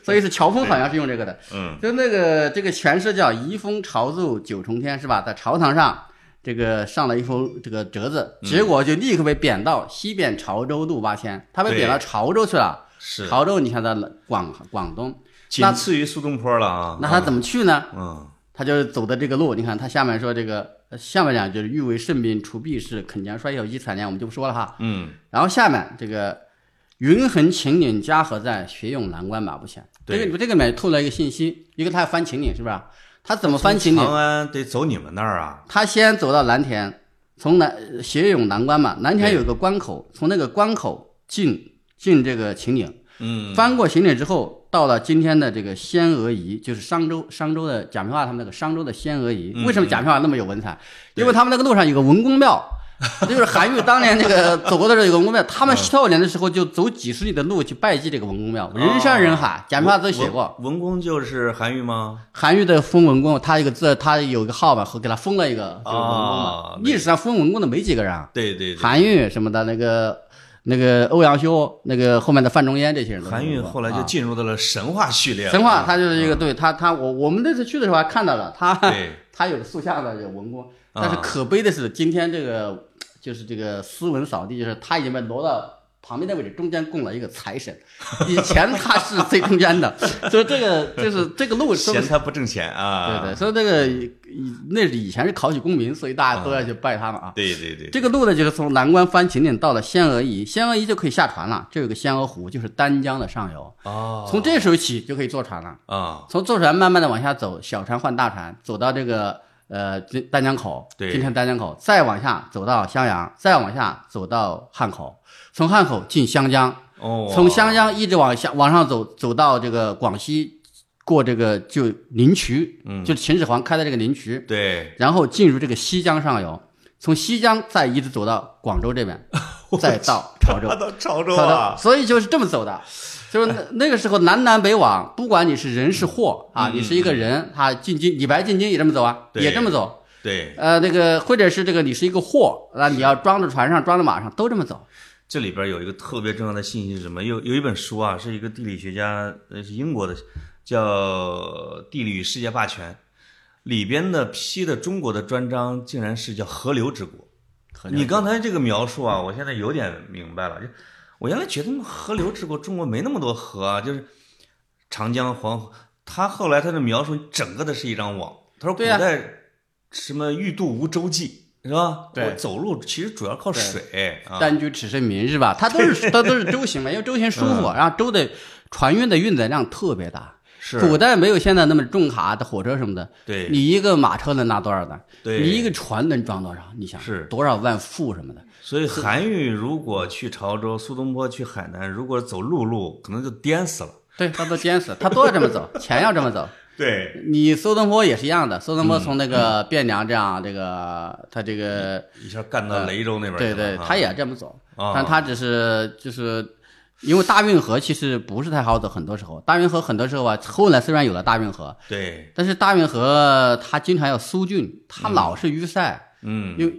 S2: 所以是乔峰好像是用这个的。
S1: 嗯，
S2: 就那个这个全诗叫“移风朝奏九重天”是吧？在朝堂上，这个上了一封这个折子，结果就立刻被贬到西贬潮州路八千，他被
S1: 对
S2: 贬到潮州去了。
S1: 是
S2: 潮州，你看在广广东，
S1: 仅次于苏东坡了啊。
S2: 那他怎么去呢？
S1: 嗯
S2: 他就走的这个路，你看他下面说这个呃下面讲就是欲为圣兵，除弊事，肯将衰朽积惨年，我们就不说了哈。
S1: 嗯，
S2: 然后下面这个云横秦岭家何在？雪涌蓝关马不前。
S1: 对
S2: 这个这个里面透露一个信息，一个他要翻秦岭是吧？他怎么翻秦岭？
S1: 长安得走你们那儿啊。
S2: 他先走到蓝田，从南呃斜涌南关嘛，蓝田
S1: 对
S2: 有个关口，从那个关口进进这个秦岭，
S1: 嗯，
S2: 翻过秦岭之后，到了今天的这个仙娥仪，就是商周商周的贾平凹他们那个商周的仙娥仪。
S1: 嗯
S2: 为什么贾平凹那么有文采？因为他们那个路上有个文 公庙，就是韩愈当年那个走过的时候有个文公庙，
S1: 嗯
S2: 他们少年的时候就走几十里的路去拜祭这个文公
S1: 哦
S2: 庙，人山人海。贾平凹都写过，
S1: 文文公就是韩愈吗？
S2: 韩愈的封文公，他一个字，他有一个号嘛，给他封了一个这个文公
S1: 啊
S2: 嘛。历史上封文公的没几个人啊，
S1: 对对对，
S2: 韩愈什么的那个。那个欧阳修，那个后面的范仲淹这些人都是
S1: 韩愈
S2: 文公
S1: 后来
S2: 啊
S1: 就进入到了神话序列了。
S2: 神话，他就是一个对他他我我们那次去的时候还看到了他
S1: 嗯啊对
S2: 他有塑像的有文公，
S1: 啊
S2: 但是可悲的是今天这个就是这个斯文扫地，就是他已经被挪到。旁边的位置，中间供了一个财神，以前他是最中间的，所以这个就是这个路 说不
S1: 嫌他不挣钱啊。
S2: 对对，所以这个以那是以前是考取功名，所以大家都要去拜他嘛啊。
S1: 对对对
S2: 这个路呢，就是从南关翻秦岭到了仙娥仪，仙娥仪就可以下船了，这有个仙娥湖，就是丹江的上游，
S1: 哦
S2: 从这时候起就可以坐船了。
S1: 啊，
S2: 从坐船慢慢的往下走，小船换大船，走到这个呃这丹江口，
S1: 对
S2: 今天丹江口，再往下走到襄阳，再往下走到汉口，从汉口进湘江，
S1: 哦，
S2: 从湘江一直往下往上走，走到这个广西，过这个就临渠，嗯，就是秦始皇开的这个临渠，
S1: 对，
S2: 然后进入这个西江上游，从西江再一直走到广州这边，再到潮州
S1: 他。到潮州
S2: 好
S1: 啊
S2: 的，，所以就是这么走的，就是
S1: 哎
S2: 那那个时候南南北往，不管你是人是货啊，你是一个人啊，进京李白进京也这么走啊，
S1: 嗯对
S2: 也这么走。
S1: 对，
S2: 呃，那个或者是这个你是一个货，那你要装着船上装着马上都这么走。
S1: 这里边有一个特别重要的信息是什么？有有一本书啊，是一个地理学家，呃，是英国的，叫《地理与世界霸权》，里边的批的中国的专章竟然是叫“河流之国”。你刚才这个描述啊，我现在有点明白了。就我原来觉得河流之国中国没那么多河啊，就是长江、黄河。他后来他的描述整个的是一张网。他说古
S2: 对啊呀
S1: 代什么欲渡无舟楫是吧？
S2: 对
S1: 我走路其实主要靠
S2: 对
S1: 水啊。
S2: 单居只身民是吧？它都 是它都是舟行嘛，因为舟行舒
S1: 嗯
S2: 服，然后舟的船运的运载量特别大。
S1: 是
S2: 古代没有现在那么重卡的火车什么的，
S1: 对
S2: 你一个马车能拿多少担？
S1: 对
S2: 你一个船能装多少？你想
S1: 是
S2: 多少万副什么的？
S1: 所以韩愈如果去潮州，苏东坡去海南，如果走陆路，可能就颠死了。
S2: 对，他都淹死，他都要这么走，钱要这么走。
S1: 对，
S2: 你苏东坡也是一样的，苏东坡
S1: 嗯
S2: 从那个汴梁这样，这个他这个，
S1: 一下干到雷州那边去
S2: 呃对
S1: 了。
S2: 对，
S1: 啊
S2: 他也这么走，
S1: 啊
S2: 但他只是就是。因为大运河其实不是太好走，很多时候大运河很多时候啊，后来虽然有了大运河，
S1: 对，
S2: 但是大运河它经常要疏浚，它老是淤塞，
S1: 嗯，
S2: 因为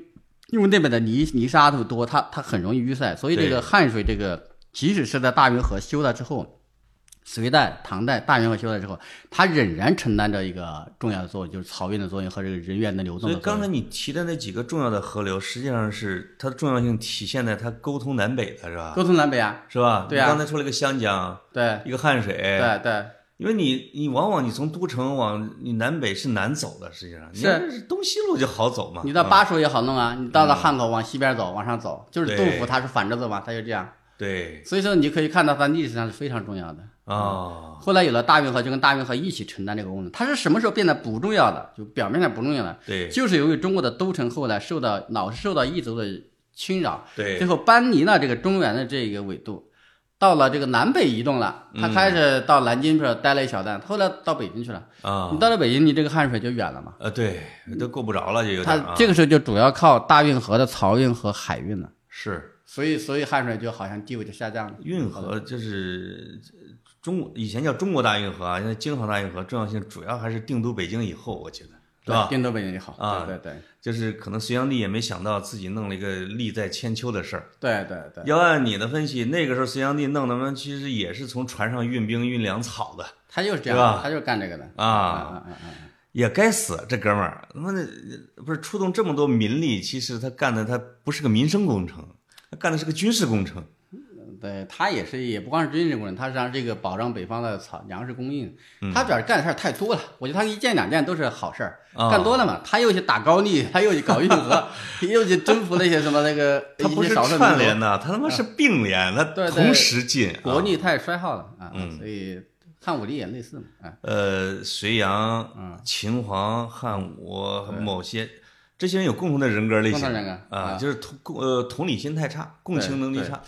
S2: 因为那边的泥泥沙特多，它它很容易淤塞，所以这
S1: 对
S2: 个汉水这个即使是在大运河修了之后，隋代、唐代、大元和修代之后，它仍然承担着一个重要的作用，就是漕运的作用和这个人员的流动
S1: 所
S2: 的
S1: 以
S2: 作
S1: 刚
S2: 用。
S1: 才你提的那几个重要的河流，实际上是它的重要性体现在它沟通南北的是吧？
S2: 沟通南北啊，
S1: 是吧？
S2: 对啊
S1: 你刚才说了一个湘江，
S2: 对
S1: 一个汉水，
S2: 对对，
S1: 因为你你往往你从都城往你南北是难走的，实际上你
S2: 是
S1: 要是东西路就好走嘛。
S2: 你到
S1: 嗯
S2: 巴蜀也好弄啊，你到了汉口往西边走，往上走，就是杜
S1: 对
S2: 甫他是反着走嘛，他就这样。
S1: 对
S2: 所以说你可以看到它历史上是非常重要的。
S1: 啊，
S2: 后来有了大运河，就跟大运河一起承担这个功能。它是什么时候变得不重要的？就表面上不重要的，
S1: 对
S2: 就是由于中国的都城后来受到老是受到异族的侵扰，最
S1: 对
S2: 后搬离了这个中原的这个纬度，到了这个南北移动了。
S1: 嗯
S2: 他开始到南京这待了一小段，后来到北京去了。
S1: 啊
S2: 你到了北京，你这个汉水就远了嘛。
S1: 呃对，都够不着了，就有点
S2: 它
S1: 啊，
S2: 这个时候就主要靠大运河的漕运和海运了，
S1: 是
S2: 所以所以汉水就好像地位就下降了。
S1: 运河就是中以前叫中国大运河啊，现在京杭大运河重要性主要还是定都北京以后，我觉得是
S2: 对，
S1: 吧？
S2: 定都北京也好，
S1: 啊
S2: 对对对
S1: 就是可能隋炀帝也没想到自己弄了一个利在千秋的事儿。
S2: 对对对，
S1: 要按你的分析，那个时候隋炀帝弄他们其实也是从船上运兵运粮草的。
S2: 他就是这
S1: 对吧
S2: 样，他就是干这个的
S1: 啊
S2: 嗯嗯嗯
S1: 也该死，啊这哥们儿，他妈的不是出动这么多民力，其实他干的他不是个民生工程，他干的是个军事工程。
S2: 嗯对他也是，也不光是军事工程，他实际上是一个保障北方的草粮食供应。
S1: 嗯
S2: 他主要是干的事儿太多了，我觉得他一件两件都是好事儿，
S1: 啊
S2: 干多了嘛，他又去打高丽，他又去搞 运河，又去征服了一些什么那个
S1: 他不
S2: 一些
S1: 是
S2: 少数民
S1: 串
S2: 族
S1: 联的，啊他他妈
S2: 啊
S1: 是并联，他
S2: 对对
S1: 同时进。
S2: 国
S1: 啊
S2: 力太衰耗了啊，
S1: 嗯
S2: 所以汉武帝也类似嘛，啊，
S1: 呃，隋
S2: 嗯
S1: 炀、秦皇、汉武某些这些人有共同的人格类
S2: 共
S1: 型
S2: 同人格
S1: 啊，
S2: 啊
S1: 就是同共呃同理心太差，共情能力
S2: 对
S1: 差。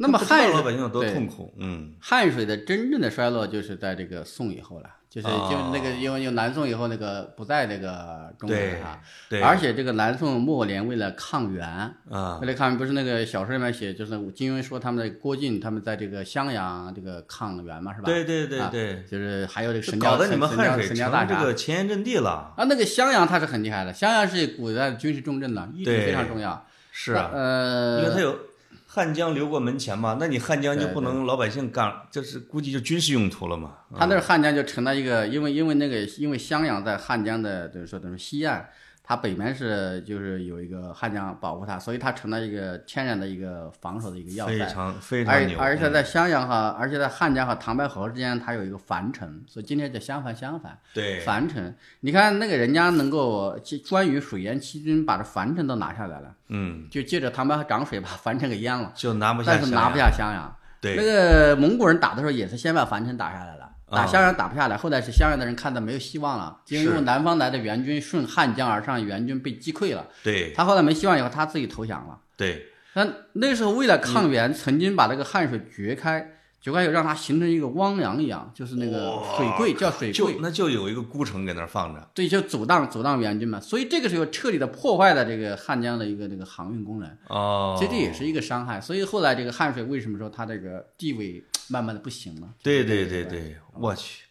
S2: 那么
S1: 他不知道
S2: 汉
S1: 老百姓有多
S2: 对
S1: 痛苦，嗯，
S2: 汉水的真正的衰落就是在这个宋以后了，就是
S1: 哦
S2: 就是那个因为有南宋以后那个不在那个中国了啊，
S1: 对
S2: 而且这个南宋末年为了抗元，
S1: 啊
S2: 为了抗元不是那个小说里面写，就是金庸说他们的郭靖他们在这个襄阳这个抗元嘛，是吧？
S1: 对对对
S2: 啊
S1: 对，
S2: 就是还有这个
S1: 这
S2: 神
S1: 搞
S2: 雕
S1: 得你们
S2: 神雕
S1: 汉水
S2: 神雕
S1: 成
S2: 大
S1: 了这
S2: 厦
S1: 个前沿阵地了，
S2: 啊，那个襄阳它是很厉害的，襄阳是古代的军事重镇呢，一直
S1: 对
S2: 非常重要。
S1: 是啊，因为
S2: 呃，
S1: 它有汉江流过门前嘛，那你汉江就
S2: 对
S1: 不能老百姓干，就是估计就军事用途了嘛。
S2: 它那儿汉江就成了一个，因为因为那个因为襄阳在汉江的就是说等于西岸，它北面是就是有一个汉江保护它，所以它成了一个天然的一个防守的一个要
S1: 非
S2: 塞。
S1: 常非常
S2: 而
S1: 牛，嗯
S2: 而且在襄阳哈，而且在汉江和唐白河之间，它有一个樊城，所以今天叫襄樊襄樊
S1: 对
S2: 樊城。你看那个人家能够，其关羽水淹七军，把这樊城都拿下来了，
S1: 嗯，
S2: 就借着唐白河涨水把樊城给淹了，
S1: 就拿不下
S2: 但
S1: 襄阳，
S2: 是拿不下襄阳。那
S1: 对
S2: 个蒙古人打的时候也是先把樊城打下来了，
S1: 啊
S2: 打襄阳打不下来，后来是襄阳的人看到没有希望了，
S1: 是
S2: 因为南方来的援军顺汉江而上，援军被击溃了，
S1: 对
S2: 他后来没希望以后，他自己投降了。
S1: 对
S2: 但那时候为了抗元，曾经把那个汉水掘开，掘开以后让它形成一个汪洋一样，就是那个
S1: 哇
S2: 水柜，叫水柜
S1: 就，那就有一个孤城给那儿放着，
S2: 对，就阻挡阻挡援军嘛。所以这个时候彻底的破坏了这个汉江的一个这个航运功能。
S1: 哦，
S2: 所以这也是一个伤害。所以后来这个汉水为什么说它这个地位慢慢的不行了？
S1: 对对对对，我去。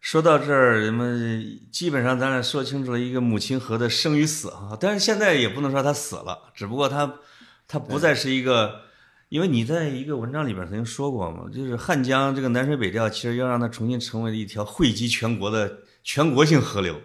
S1: 说到这儿，人们基本上咱俩说清楚了一个母亲河的生与死啊，但是现在也不能说它死了，只不过它，它不再是一个，因为你在一个文章里边曾经说过嘛，就是汉江这个南水北调，其实要让它重新成为一条汇集全国的全国性河流。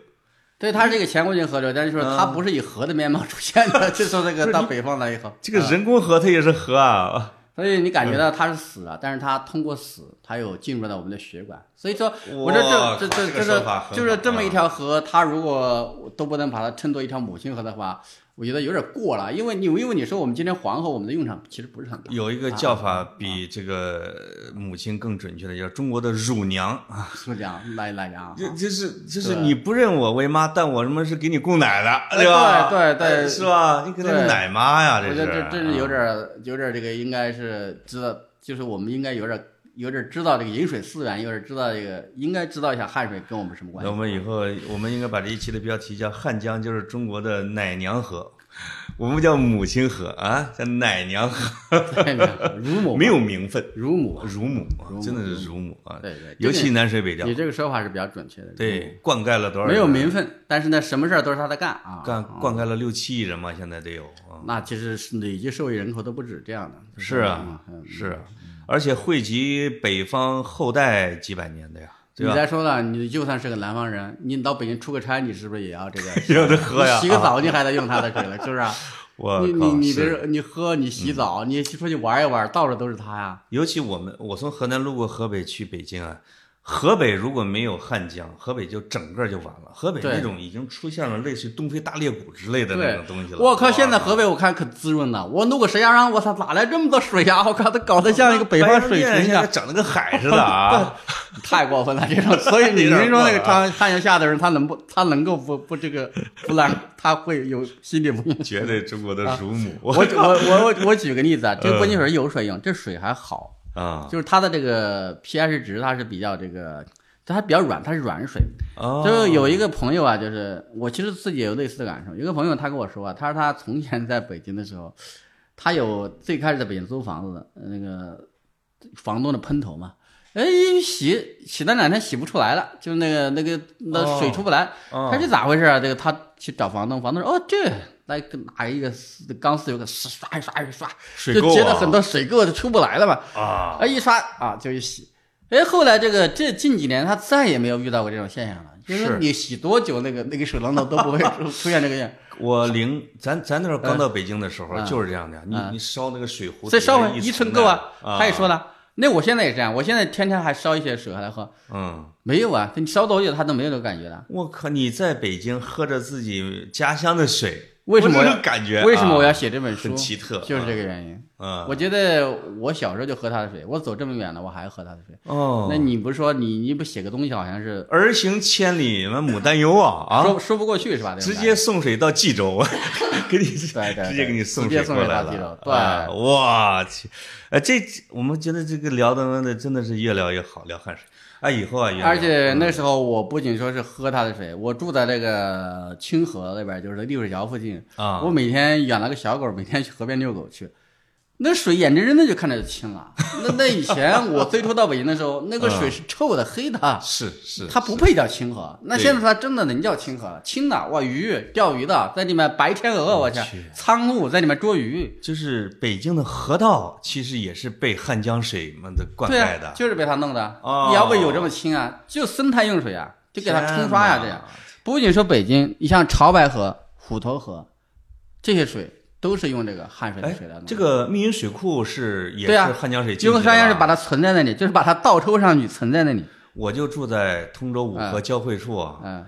S2: 对，它是一个前国性河流，但是说
S1: 嗯
S2: 它不是以河的面貌出现 的，就说这个到北方来以后，
S1: 这个人工河它也是河啊，
S2: 所以你感觉到它是死了，但是它通过死，它又进入到我们的血管。所以说，我
S1: 哇
S2: 说这
S1: 靠
S2: 这
S1: 这个
S2: 这
S1: 说法很好
S2: 这就是这么一条河，它如果都不能把它称作一条母亲河的话，我觉得有点过了，因为你因为你说我们今天黄河我们的用场其实不是很 大，
S1: 有一个叫
S2: 啊
S1: 法比这个母亲更准确的，叫中国的乳娘啊。
S2: 是这样，来来呀。
S1: 就就是就是
S2: 啊对
S1: 你不认我为妈，但我他妈是给你供奶的，
S2: 哎
S1: 吧？
S2: 对对对
S1: 哎是吧？你可能是
S2: 对
S1: 奶妈呀，
S2: 我
S1: 是啊
S2: 觉得这真是有点儿有点儿这个，应该是知道，就是我们应该有点儿有点儿知道这个饮水思源，有点儿知道这个，应该知道一下汉水跟我们什么关
S1: 那我们
S2: 系。
S1: 以后我们应该把这一期的标题叫“汉江就是中国的奶娘河”，我们叫母亲河啊，叫奶娘河，
S2: 乳母
S1: 没有名分，
S2: 乳母，
S1: 乳母啊，真的是乳母啊，
S2: 对对，
S1: 尤其南水北调
S2: 你，这个说法是比较准确的。，
S1: 对，灌溉了多少人？
S2: 没有名分，但是呢，什么事儿都是他在干啊。
S1: 干灌溉了六七亿人嘛，现在得有啊。
S2: 那其实是累计受益人口都不止这样的。嗯
S1: 是啊，是啊，而且汇集北方后代几百年的呀，
S2: 你
S1: 对吧？
S2: 再说了，你就算是个南方人，你到北京出个差，你是不是也要这 个
S1: 也要这喝呀啊
S2: 你洗个澡你还得用他的水 了，是不是啊？
S1: 我
S2: 你你
S1: 靠，
S2: 你
S1: 是
S2: 别说你喝你洗澡，你出去玩一玩，到处都是他呀。
S1: 尤其我们，我从河南路过河北去北京啊，河北如果没有汉江，河北就整个就完了。河北
S2: 对
S1: 那种已经出现了类似于东非大裂谷之类的那
S2: 对
S1: 种东西，了。
S2: 我靠！现在
S1: 哇
S2: 河北我看可滋润了，我弄个石家庄，我操，哪来这么多水呀？我靠，它搞得像一个北方水
S1: 白洋
S2: 啊
S1: 淀
S2: 城一
S1: 现
S2: 样
S1: 在，长得跟海似的 啊！
S2: 太过分了，这种。所以你
S1: 有
S2: 你
S1: 点
S2: 说那
S1: 过
S2: 个
S1: 了啊
S2: 太太阳下的人，他能不他能够不不 这个不让他会有心理不平衡？
S1: 绝对中国的
S2: 啊
S1: 乳母，
S2: 我我 我我我举个例子啊，
S1: 嗯
S2: 这个矿泉水有水用，这水还好，
S1: 啊
S2: 就是它的这个 pH 值它是比较这个，它比较软，它是软水。
S1: 哦，
S2: 就有一个朋友啊，就是我其实自己也有类似的感受。有一个朋友他跟我说啊，他说他从前在北京的时候，他有最开始在北京租房子的那个房东的喷头嘛，哎洗洗了两天洗不出来了，就是那个那个那水出不来。
S1: 哦
S2: 他这咋回事啊？这个他去找房东，房东说哦这来拿一个钢丝有个刷一刷一刷，
S1: 水
S2: 就
S1: 垢
S2: 结了
S1: 啊
S2: 很多水垢就出不来了嘛。
S1: 啊，
S2: 啊，一刷啊就一洗。哎，后来这个这近几年他再也没有遇到过这种现象了，就是说
S1: 是
S2: 你洗多久那个那个水龙头都 不会出出现这个现象。
S1: 我零咱咱那时候刚到北京的时候
S2: 嗯
S1: 就是这样的，你
S2: 嗯
S1: 你烧那个水壶，
S2: 所以稍微
S1: 一
S2: 一
S1: 层
S2: 寸够
S1: 的
S2: 啊。他也，说了，那我现在也这样，我现在天天还烧一些水回来喝，
S1: 嗯，
S2: 没有啊，你烧多久他都没有这个感觉了。
S1: 我靠，你在北京喝着自己家乡的水，
S2: 为什么
S1: 我
S2: 我
S1: 这
S2: 要
S1: 种感觉？
S2: 为什么我要哦
S1: 啊？
S2: 写这本书？
S1: 很奇特
S2: 就是这个原因。
S1: 嗯，
S2: 我觉得我小时候就喝他的水，我走这么远了，我还喝他的水。
S1: 哦
S2: 那，你不是说你你不写个东西好像是
S1: 儿行千里，那牡丹游啊啊！
S2: 说说不过去是吧？这种
S1: 直
S2: 感觉
S1: 接送水到冀州， 给你直
S2: 对对对
S1: 接给你送
S2: 直接
S1: 水
S2: 送
S1: 过
S2: 水
S1: 来
S2: 到
S1: 了
S2: 冀州。对
S1: 啊我去，哎，这我们觉得这个聊的妈的真的是越聊越好，聊汗水。哎，以后啊，越聊
S2: 而且那时候我不仅说是喝他的水，我住在这个清河那边，就是立水桥附近。
S1: 啊
S2: 我每天养了个小狗，每天去河边遛狗去，那水眼睁睁的就看着就清了。那那 以前我最初到北京的时候，那个水是臭的、黑的，
S1: 是嗯是，
S2: 它不配叫清河。那
S1: 对
S2: 现在它真的能叫清河了，清的哇，鱼钓鱼的在里面白天鹅，我去
S1: 去，
S2: 苍鹭在里面捉鱼，
S1: 就是北京的河道，其实也是被汉江水嘛的灌
S2: 对
S1: 溉
S2: 啊
S1: 的，，
S2: 就是被它弄的。
S1: 哦
S2: 你要不有这么清啊？就生态用水啊，就给它冲刷呀、
S1: 天哪
S2: 这样。不仅说北京，你像潮白河、虎头河，这些水都是用这个汉水的
S1: 哎
S2: 水来弄。，
S1: 这个密云水库是也
S2: 对啊
S1: 是汉江水进去
S2: 金
S1: 的吧，
S2: 山是把它存在那里，就是把它倒抽上去存在那里。
S1: 我就住在通州五河交汇处啊，
S2: 嗯，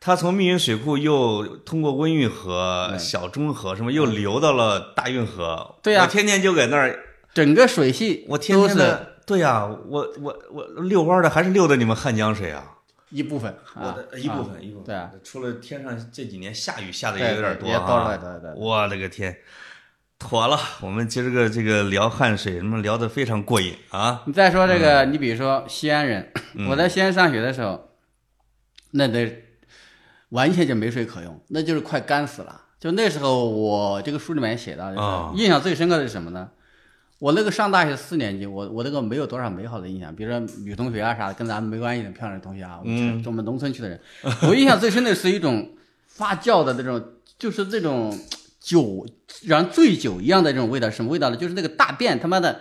S1: 它从密云水库又通过温榆河、小中河什么，又流到了大运河。
S2: 嗯对呀
S1: 我天天就在那儿，
S2: 整个水系
S1: 我天天
S2: 都是
S1: 的，对呀、我我我遛弯儿的还是遛的你们汉江水啊，
S2: 一部分
S1: 我
S2: 啊，
S1: 的一部分一部分。
S2: 对啊，
S1: 除了天上这几年下雨下的
S2: 对
S1: 也有点多
S2: 也多
S1: 啊
S2: 了，对对对
S1: 我的个天，妥了，我们今儿个这个聊汗水，什么聊得非常过瘾啊，
S2: 你再说这个，你比如说西安人，我在西安上学的时候，那得完全就没水可用，那就是快干死了。就那时候，我这个书里面也写到，就是
S1: 啊
S2: 印象最深刻的是什么呢？我那个上大学四年级，我我那个没有多少美好的印象，比如说女同学啊啥的，跟咱们没关系的漂亮的同学啊，我们我们农村区的人， 我印象最深的是一种发酵的那种，就是这种酒，然后醉酒一样的这种味道，什么味道呢？就是那个大便他妈的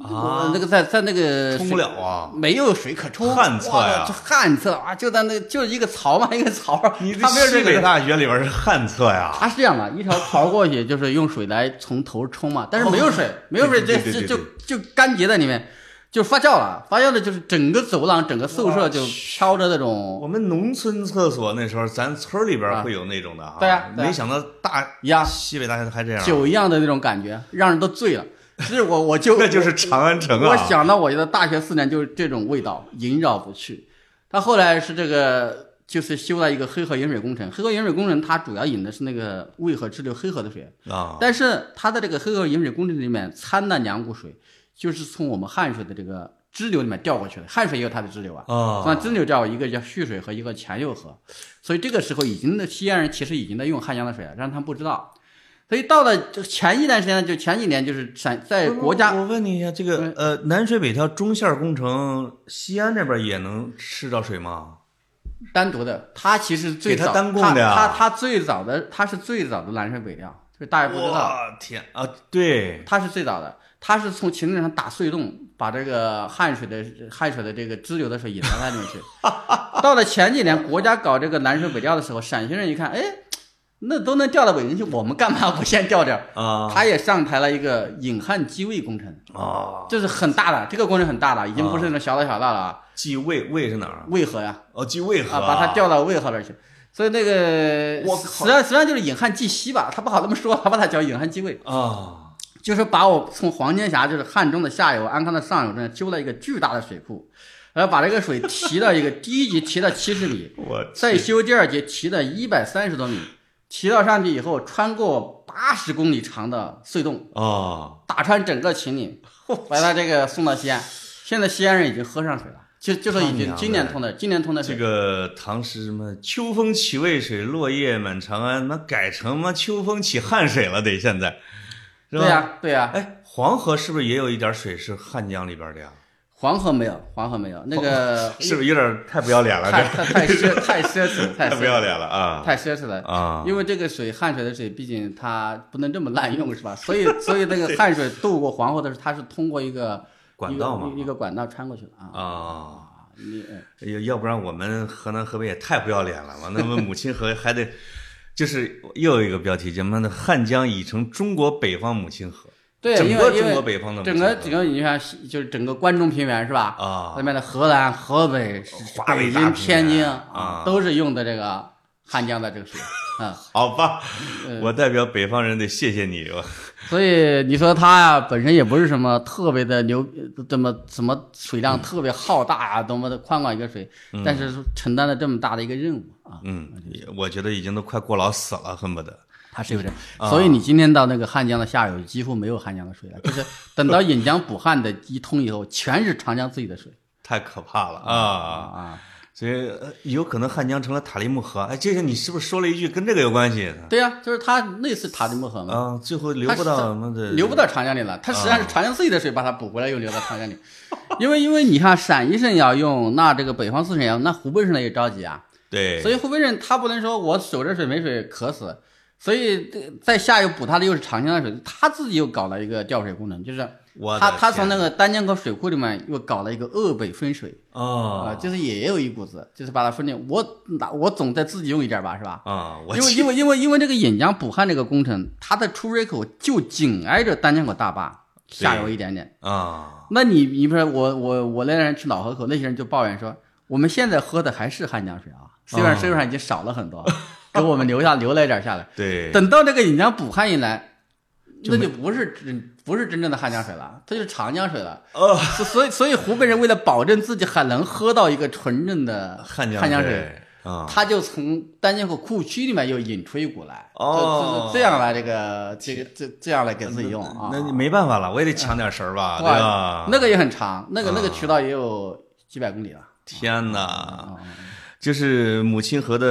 S1: 啊
S2: 我那个在在那个
S1: 冲不
S2: 水
S1: 了啊，
S2: 没有水可冲，
S1: 旱厕呀
S2: 哇这旱厕啊，就在那就是一个槽嘛，一 个槽，
S1: 你这
S2: 他没有
S1: 西
S2: 这
S1: 北
S2: 个。
S1: 大学里边是旱厕呀，
S2: 他是这样的，一条槽过去就是用水来从头冲嘛，但是没有水，没有水，
S1: 哦对
S2: 这
S1: 对对
S2: 这
S1: 对
S2: 就就干结在里面，就发酵了，发酵的就是整个走廊、整个宿舍
S1: 我
S2: 就飘着那种
S1: 我们农村厕所那时候，咱村儿里边会有那种的啊。
S2: 对啊对啊
S1: 没想到大
S2: 呀
S1: 西北大学还这样。啊
S2: 酒一样的那种感觉，让人都醉了。其实我我 就
S1: 那就是长安城啊！
S2: 我想到我觉得大学四年就是这种味道萦绕不去。他后来是这个，就是修了一个黑河引水工程。黑河引水工程它主要引的是那个渭河支流黑河的水，
S1: 啊，
S2: 但是它的这个黑河引水工程里面掺了两股水，就是从我们汉水的这个支流里面调过去的。汉水也有它的支流啊，
S1: 啊
S2: 那支流叫一个叫蓄水河，一个前右河，所以这个时候已经的西安人其实已经在用汉江的水了，让他们不知道。所以到了这前一段时间呢，就前几年就是陕在国家
S1: 我我问你一下，这个呃南水北调中线工程，西安这边也能吃到水吗？
S2: 单独的，它其实最
S1: 给它
S2: 早，
S1: 单供的啊呀
S2: 它它它最早的，它是最早的南水北调，就是大家不知道，
S1: 我天啊，对，
S2: 它是最早的，它是从秦岭上打隧洞，把这个汉水的汉水的这个支流的水引到那里面去。到了前几年，国家搞这个南水北调的时候，陕西人一看，哎，那都能调到北京去，我们干嘛不先调调？
S1: 啊
S2: 他也上台了一个引汉济渭工程，
S1: 啊，
S2: 这是很大的，这个工程很大了，已经不是那种小打小闹了啊，
S1: 即渭渭是哪儿？
S2: 渭河呀、
S1: 哦，即 渭河
S2: 啊，把它调到渭河那儿去。所以那个，
S1: 我
S2: 实
S1: 靠
S2: 际上实际上就是引汉济西吧，他不好这么说，他把它叫引汉济渭，
S1: 啊，
S2: 就是把我从黄金峡，就是汉中的下游、安康的上游这样修了一个巨大的水库，然后把这个水提到一个第一级提到七十米，
S1: 我
S2: 再修第二级提到一百三十多米，提到上去以后，穿过八十公里长的隧洞，
S1: 啊，
S2: 打穿整个秦岭，把它这个送到西安。现在西安人已经喝上水了，就就说
S1: 他
S2: 已
S1: 娘
S2: 经
S1: 的
S2: 今年通的，今年通的水
S1: 这。个唐诗什么“秋风起渭水，落叶满长安”，那改成嘛“秋风起汉水”了，得现在是吧？
S2: 对呀、对呀、
S1: 哎，黄河是不是也有一点水是汉江里边的呀？
S2: 黄河没有，黄河没有，那个
S1: 是不是有点太不要脸了？
S2: 太
S1: 这
S2: 太太奢太奢侈， 太
S1: 太
S2: 奢侈
S1: 不要脸了啊！
S2: 太奢侈了。
S1: 啊，
S2: 因为这个水，汉水的水，毕竟它不能这么滥用，是 吧？所以，所以那个汉水渡过黄河的时候，它是通过一个
S1: 管道嘛
S2: 一个一个管道穿过去的啊。
S1: 啊，
S2: 啊，你哎
S1: 要要不然我们河南河北也太不要脸了嘛！那么母亲河还得就是又有一个标题，叫什么呢？汉江已成中国北方母亲河，
S2: 对，
S1: 整
S2: 因
S1: 个
S2: 为因
S1: 中
S2: 为
S1: 国北方的母
S2: 整
S1: 亲河
S2: 个整个你看，就是整个关中平原是吧？
S1: 啊
S2: 那边的河南、河北、
S1: 华北
S2: 北
S1: 大平
S2: 京、
S1: 原
S2: 天津
S1: 啊
S2: 都是用的这个汉江的这个水啊。
S1: 好吧
S2: 嗯，
S1: 我代表北方人得谢谢你，我
S2: 所以你说他呀、本身也不是什么特别的牛，呃这么什么水量特别浩大啊，多么的宽广一个水，但是承担了这么大的一个任务啊，
S1: 嗯，我觉得已经都快过劳死了，恨不得
S2: 他是有这，所
S1: 啊
S2: 以你今天到那个汉江的下游，几乎没有汉江的水了，就是等到引江补汉的一通以后，全是长江自己的水
S1: 太可怕了
S2: 啊
S1: 啊！
S2: 啊，
S1: 所以呃有可能汉江成了塔里木河。哎，这个你是不是说了一句跟这个有关系？
S2: 对呀、就是他那次塔里木河嘛，
S1: 啊，最后流不到啊什么的，
S2: 流不到长江里了，它实际上是长江自己的水把它补回来，又流到长江里。因为因为你看陕西省要用，那这个北方四省也要用，那湖北省也着急啊。
S1: 对，
S2: 所以湖北人他不能说我守着水没水渴死，所以这在下游补他的又是长江的水，他自己又搞了一个调水工程，就是
S1: 我的
S2: 他他从那
S1: 天
S2: 个丹江口水库里面又搞了一个鄂北分水啊、
S1: 啊
S2: 就是也有一股子，就是把它分进，我拿我总得自己用一点吧，是吧？
S1: 啊，我
S2: 因为
S1: 去
S2: 因为因为因为这个引江补汉这个工程，它的出水口就紧挨着丹江口大坝下游一点点。
S1: 啊，
S2: 那你你不是我我我那人去老河口，那些人就抱怨说，我们现在喝的还是汉江水啊，虽
S1: 哦
S2: 然水上已经少了很多，给我们留下留了一点下来。
S1: 对，
S2: 等到这个引江补汉一来，
S1: 就
S2: 那就不是真不是真正的汉江水了，它就是长江水了。
S1: 哦，
S2: 所所以所以湖北人为了保证自己还能喝到一个纯正的
S1: 汉江
S2: 汉江水，
S1: 水啊，
S2: 他就从丹江口库区里面又引出一股来，
S1: 哦
S2: 这这这样来这个这个这这样来给自己用啊。
S1: 那你没办法了，我也得抢点食儿啊吧，对啊
S2: 哇
S1: 吧，？
S2: 那个也很长，那个那个渠道也有几百公里了。
S1: 天
S2: 嗯
S1: 哪，就是母亲河的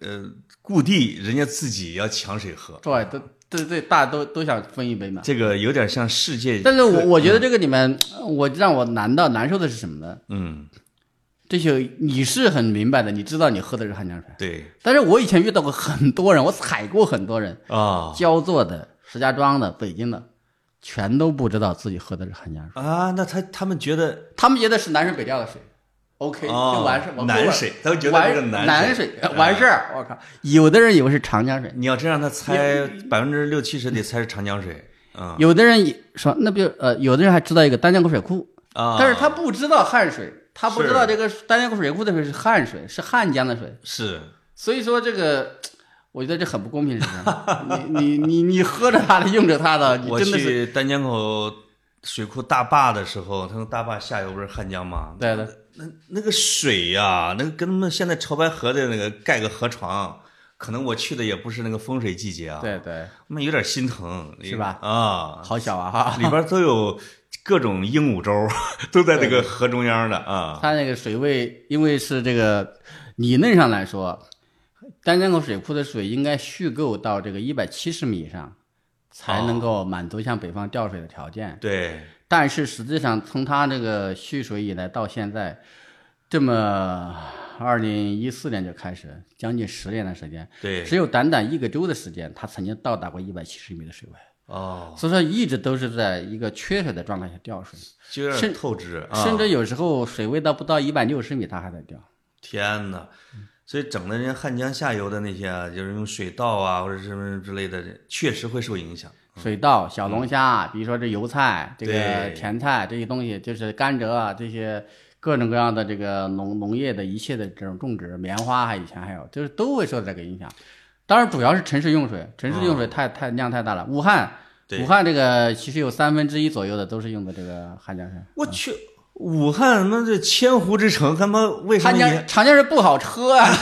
S1: 呃故地，人家自己要抢水喝，
S2: 对，都对对，大家都都想分一杯嘛。
S1: 这个有点像世界。
S2: 但是我我觉得这个里面，我让我难到难受的是什么呢？
S1: 嗯，
S2: 这些你是很明白的，你知道你喝的是汉江水，
S1: 对
S2: 但是我以前遇到过很多人，我踩过很多人，
S1: 啊
S2: 焦作的、石家庄的、北京的，全都不知道自己喝的是汉江水。
S1: 啊，那他他们觉得
S2: 他们觉得是南水北调的水，OK，、
S1: 哦
S2: 就完事儿。我
S1: 南
S2: 够了
S1: 水他们觉得
S2: 完
S1: 这个南
S2: 南
S1: 水嗯
S2: 水完事儿。我靠，有的人以为是长江水，
S1: 你要真让他猜百分之六七十得猜是长江水，嗯
S2: 有的人以说那不就呃，有的人还知道一个丹江口水库，
S1: 啊，
S2: 但是他不知道汉水，他不
S1: 是
S2: 知道这个丹江口水库的水是汉水，是汉江的水。
S1: 是
S2: 所以说这个，我觉得这很不公平，是不是？你你你你喝着它的，用着 它的，你
S1: 我
S2: 真的是
S1: 去丹江口水库大坝的时候，它那大坝下游不是汉江吗？
S2: 对的。
S1: 那那个水呀、那个跟他们现在潮白河的那个盖个河床，可能我去的也不是那个风水季节啊，，
S2: 对对，
S1: 那有点心疼，
S2: 是吧
S1: 啊，
S2: 好小啊哈！
S1: 里边都有各种鹦鹉洲， 都在这个河中央的啊，
S2: 它那个水位，因为是这个理论上来说，丹江口水库的水应该蓄够到这个一百七十米以上，才
S1: 哦
S2: 能够满足像北方调水的条件。
S1: 对，
S2: 但是实际上，从他这个蓄水以来到现在，这么二零一四年就开始，将近十年的时间，
S1: 对，
S2: 只有短短一个周的时间，他曾经到达过一百七十米的水位，
S1: 哦，
S2: 所以说一直都是在一个缺水的状态下掉水，
S1: 就有点
S2: 甚
S1: 透支啊，
S2: 甚至有时候水位到不到一百六十米，它还在掉。
S1: 天哪！所以整的人家汉江下游的那些啊，就是用水稻啊或者什么之类的，确实会受影响。
S2: 水稻、小龙虾，啊比如说这油菜、这个
S1: 嗯对
S2: 甜菜这些东西，就是甘蔗啊这些各种各样的这个农农业的一切的这种种植，棉花啊还以前还有，就是都会受这个影响。当然，主要是城市用水，城市用水太太量太大了。武汉，
S1: 哦对
S2: 武汉这个其实有三分之一左右的都是用的这个汉江水。
S1: 我去，武汉他妈这千湖之城，他妈为什
S2: 汉
S1: 么
S2: 江
S1: 你？
S2: 长江水不好喝啊！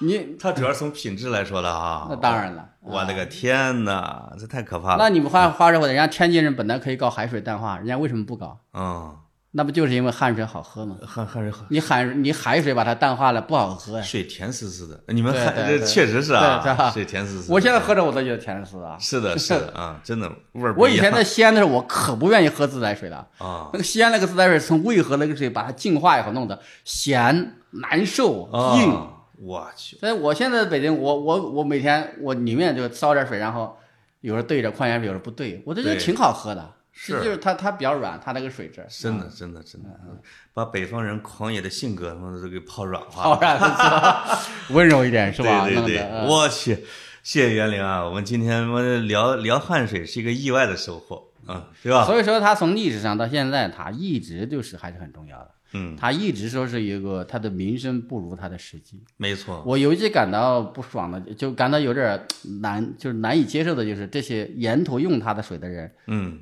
S2: 你你
S1: 它主要是从品质来说的啊。
S2: 那当然了，
S1: 我的个天哪，这太可怕了。
S2: 那你们花花社会的，人家天津人本来可以搞海水淡化，人家为什么不搞？
S1: 嗯，
S2: 那不就是因为汉水好喝吗？
S1: 还还是
S2: 你海你海水把它淡化了，不好喝呀。
S1: 水甜丝丝的，你们
S2: 对
S1: 还这
S2: 对对
S1: 确实是
S2: 对对
S1: 啊，
S2: 啊
S1: 水甜丝丝的。
S2: 我现在喝着我都觉得甜死啊！
S1: 是的，是 的啊，真的味儿不
S2: 我
S1: 一
S2: 以前
S1: 样
S2: 在西安的时候，我可不愿意喝自来水了。
S1: 啊，
S2: 那个西安那个自来水，从渭河那个水把它净化以后，弄得咸、难受、硬。
S1: 啊我去，
S2: 所以我现在在北京，我我我每天我宁愿就烧点水，然后有时候兑着矿泉水，有时候不兑，我都觉得
S1: 对
S2: 挺好喝的。
S1: 是
S2: 这就是啊它它比较软，它那个水质
S1: 真的，真的，真
S2: 嗯
S1: 的，嗯把北方人狂野的性格他妈都给泡软化了。
S2: 好软，是吧 温柔一点是吧？
S1: 对对
S2: 弄
S1: 对
S2: 得，嗯
S1: 我去，谢谢袁玲啊！我们今天我们聊聊汗水是一个意外的收获，嗯，对吧？
S2: 所以说，它从历史上到现在，它一直就是还是很重要的。
S1: 嗯，
S2: 它一直说是一个它的名声不如它的实际。
S1: 没错，
S2: 我尤其感到不爽的，就感到有点儿难，就是难以接受的，就是这些沿途用它的水的人，
S1: 嗯，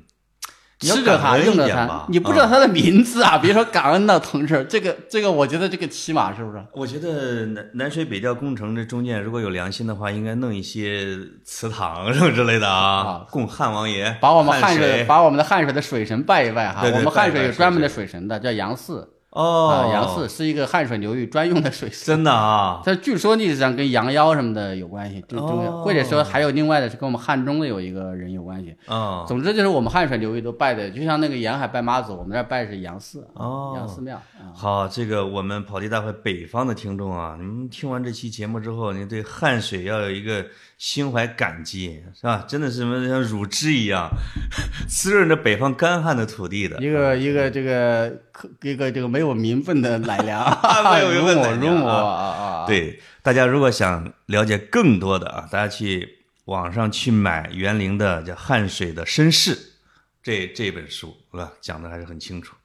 S1: 你要
S2: 吃着
S1: 感
S2: 它，
S1: 恩
S2: 用
S1: 一
S2: 着
S1: 点
S2: 它
S1: 吧，
S2: 你不知道它的名字啊！别说感恩的 同志，这个这个，我觉得这个起码是不是？
S1: 我觉得南南水北调工程这中间如果有良心的话，应该弄一些祠堂什么之类的啊，供汉王爷，
S2: 把我们
S1: 汗
S2: 汉水，把我们的汉水的水神拜一拜哈。
S1: 对对
S2: 我们汉水
S1: 拜一
S2: 有
S1: 拜
S2: 专门的水神的，叫杨四
S1: 哦
S2: 啊，，杨四是一个汉水流域专用的水 神。
S1: 真的啊，
S2: 它据说历史上跟羊妖什么的有关系，就中
S1: 哦
S2: 或者说还有另外的是跟我们汉中的有一个人有关系。
S1: 嗯，
S2: 总之就是我们汉水流域都拜的，就像那个沿海拜妈祖，我们这儿拜是杨寺，
S1: 哦
S2: 杨寺庙。啊
S1: 好，这个我们跑题大会北方的听众啊，你们听完这期节目之后，你对汗水要有一个心怀感激，是吧？真的是什么像乳汁一样， 滋润着北方干旱的土地的。，
S2: 一个一个这个可一个这个没有名分的奶粮
S1: 没有名分
S2: 乳
S1: 奶
S2: 母
S1: 粮
S2: 乳母
S1: 啊
S2: 啊啊啊！
S1: 对，大家如果想了解更多的啊，大家去网上去买袁凌的叫《汗水的身世》这这本书，是吧？讲的还是很清楚。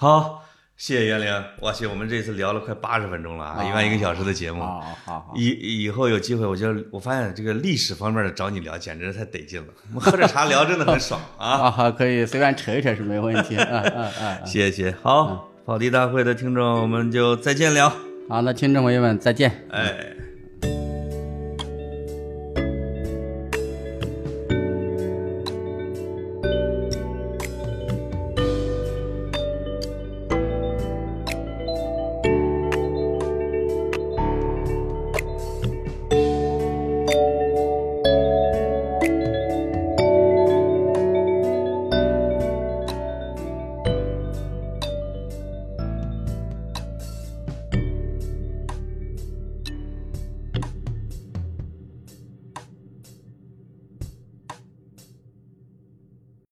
S1: 好，谢谢袁凌，哇塞，我们这次聊了快八十分钟了啊，一万一个小时的节目。
S2: 好好好，
S1: 以以后有机会，我就我发现这个历史方面的找你聊，简直是太得劲了。我们喝点茶聊真的很爽 啊！
S2: 啊好，可以随便扯一扯是没问题。嗯嗯嗯，
S1: 谢谢。好，跑题大会的听众，我们就再见了。
S2: 好，那听众朋友们再见。
S1: 哎。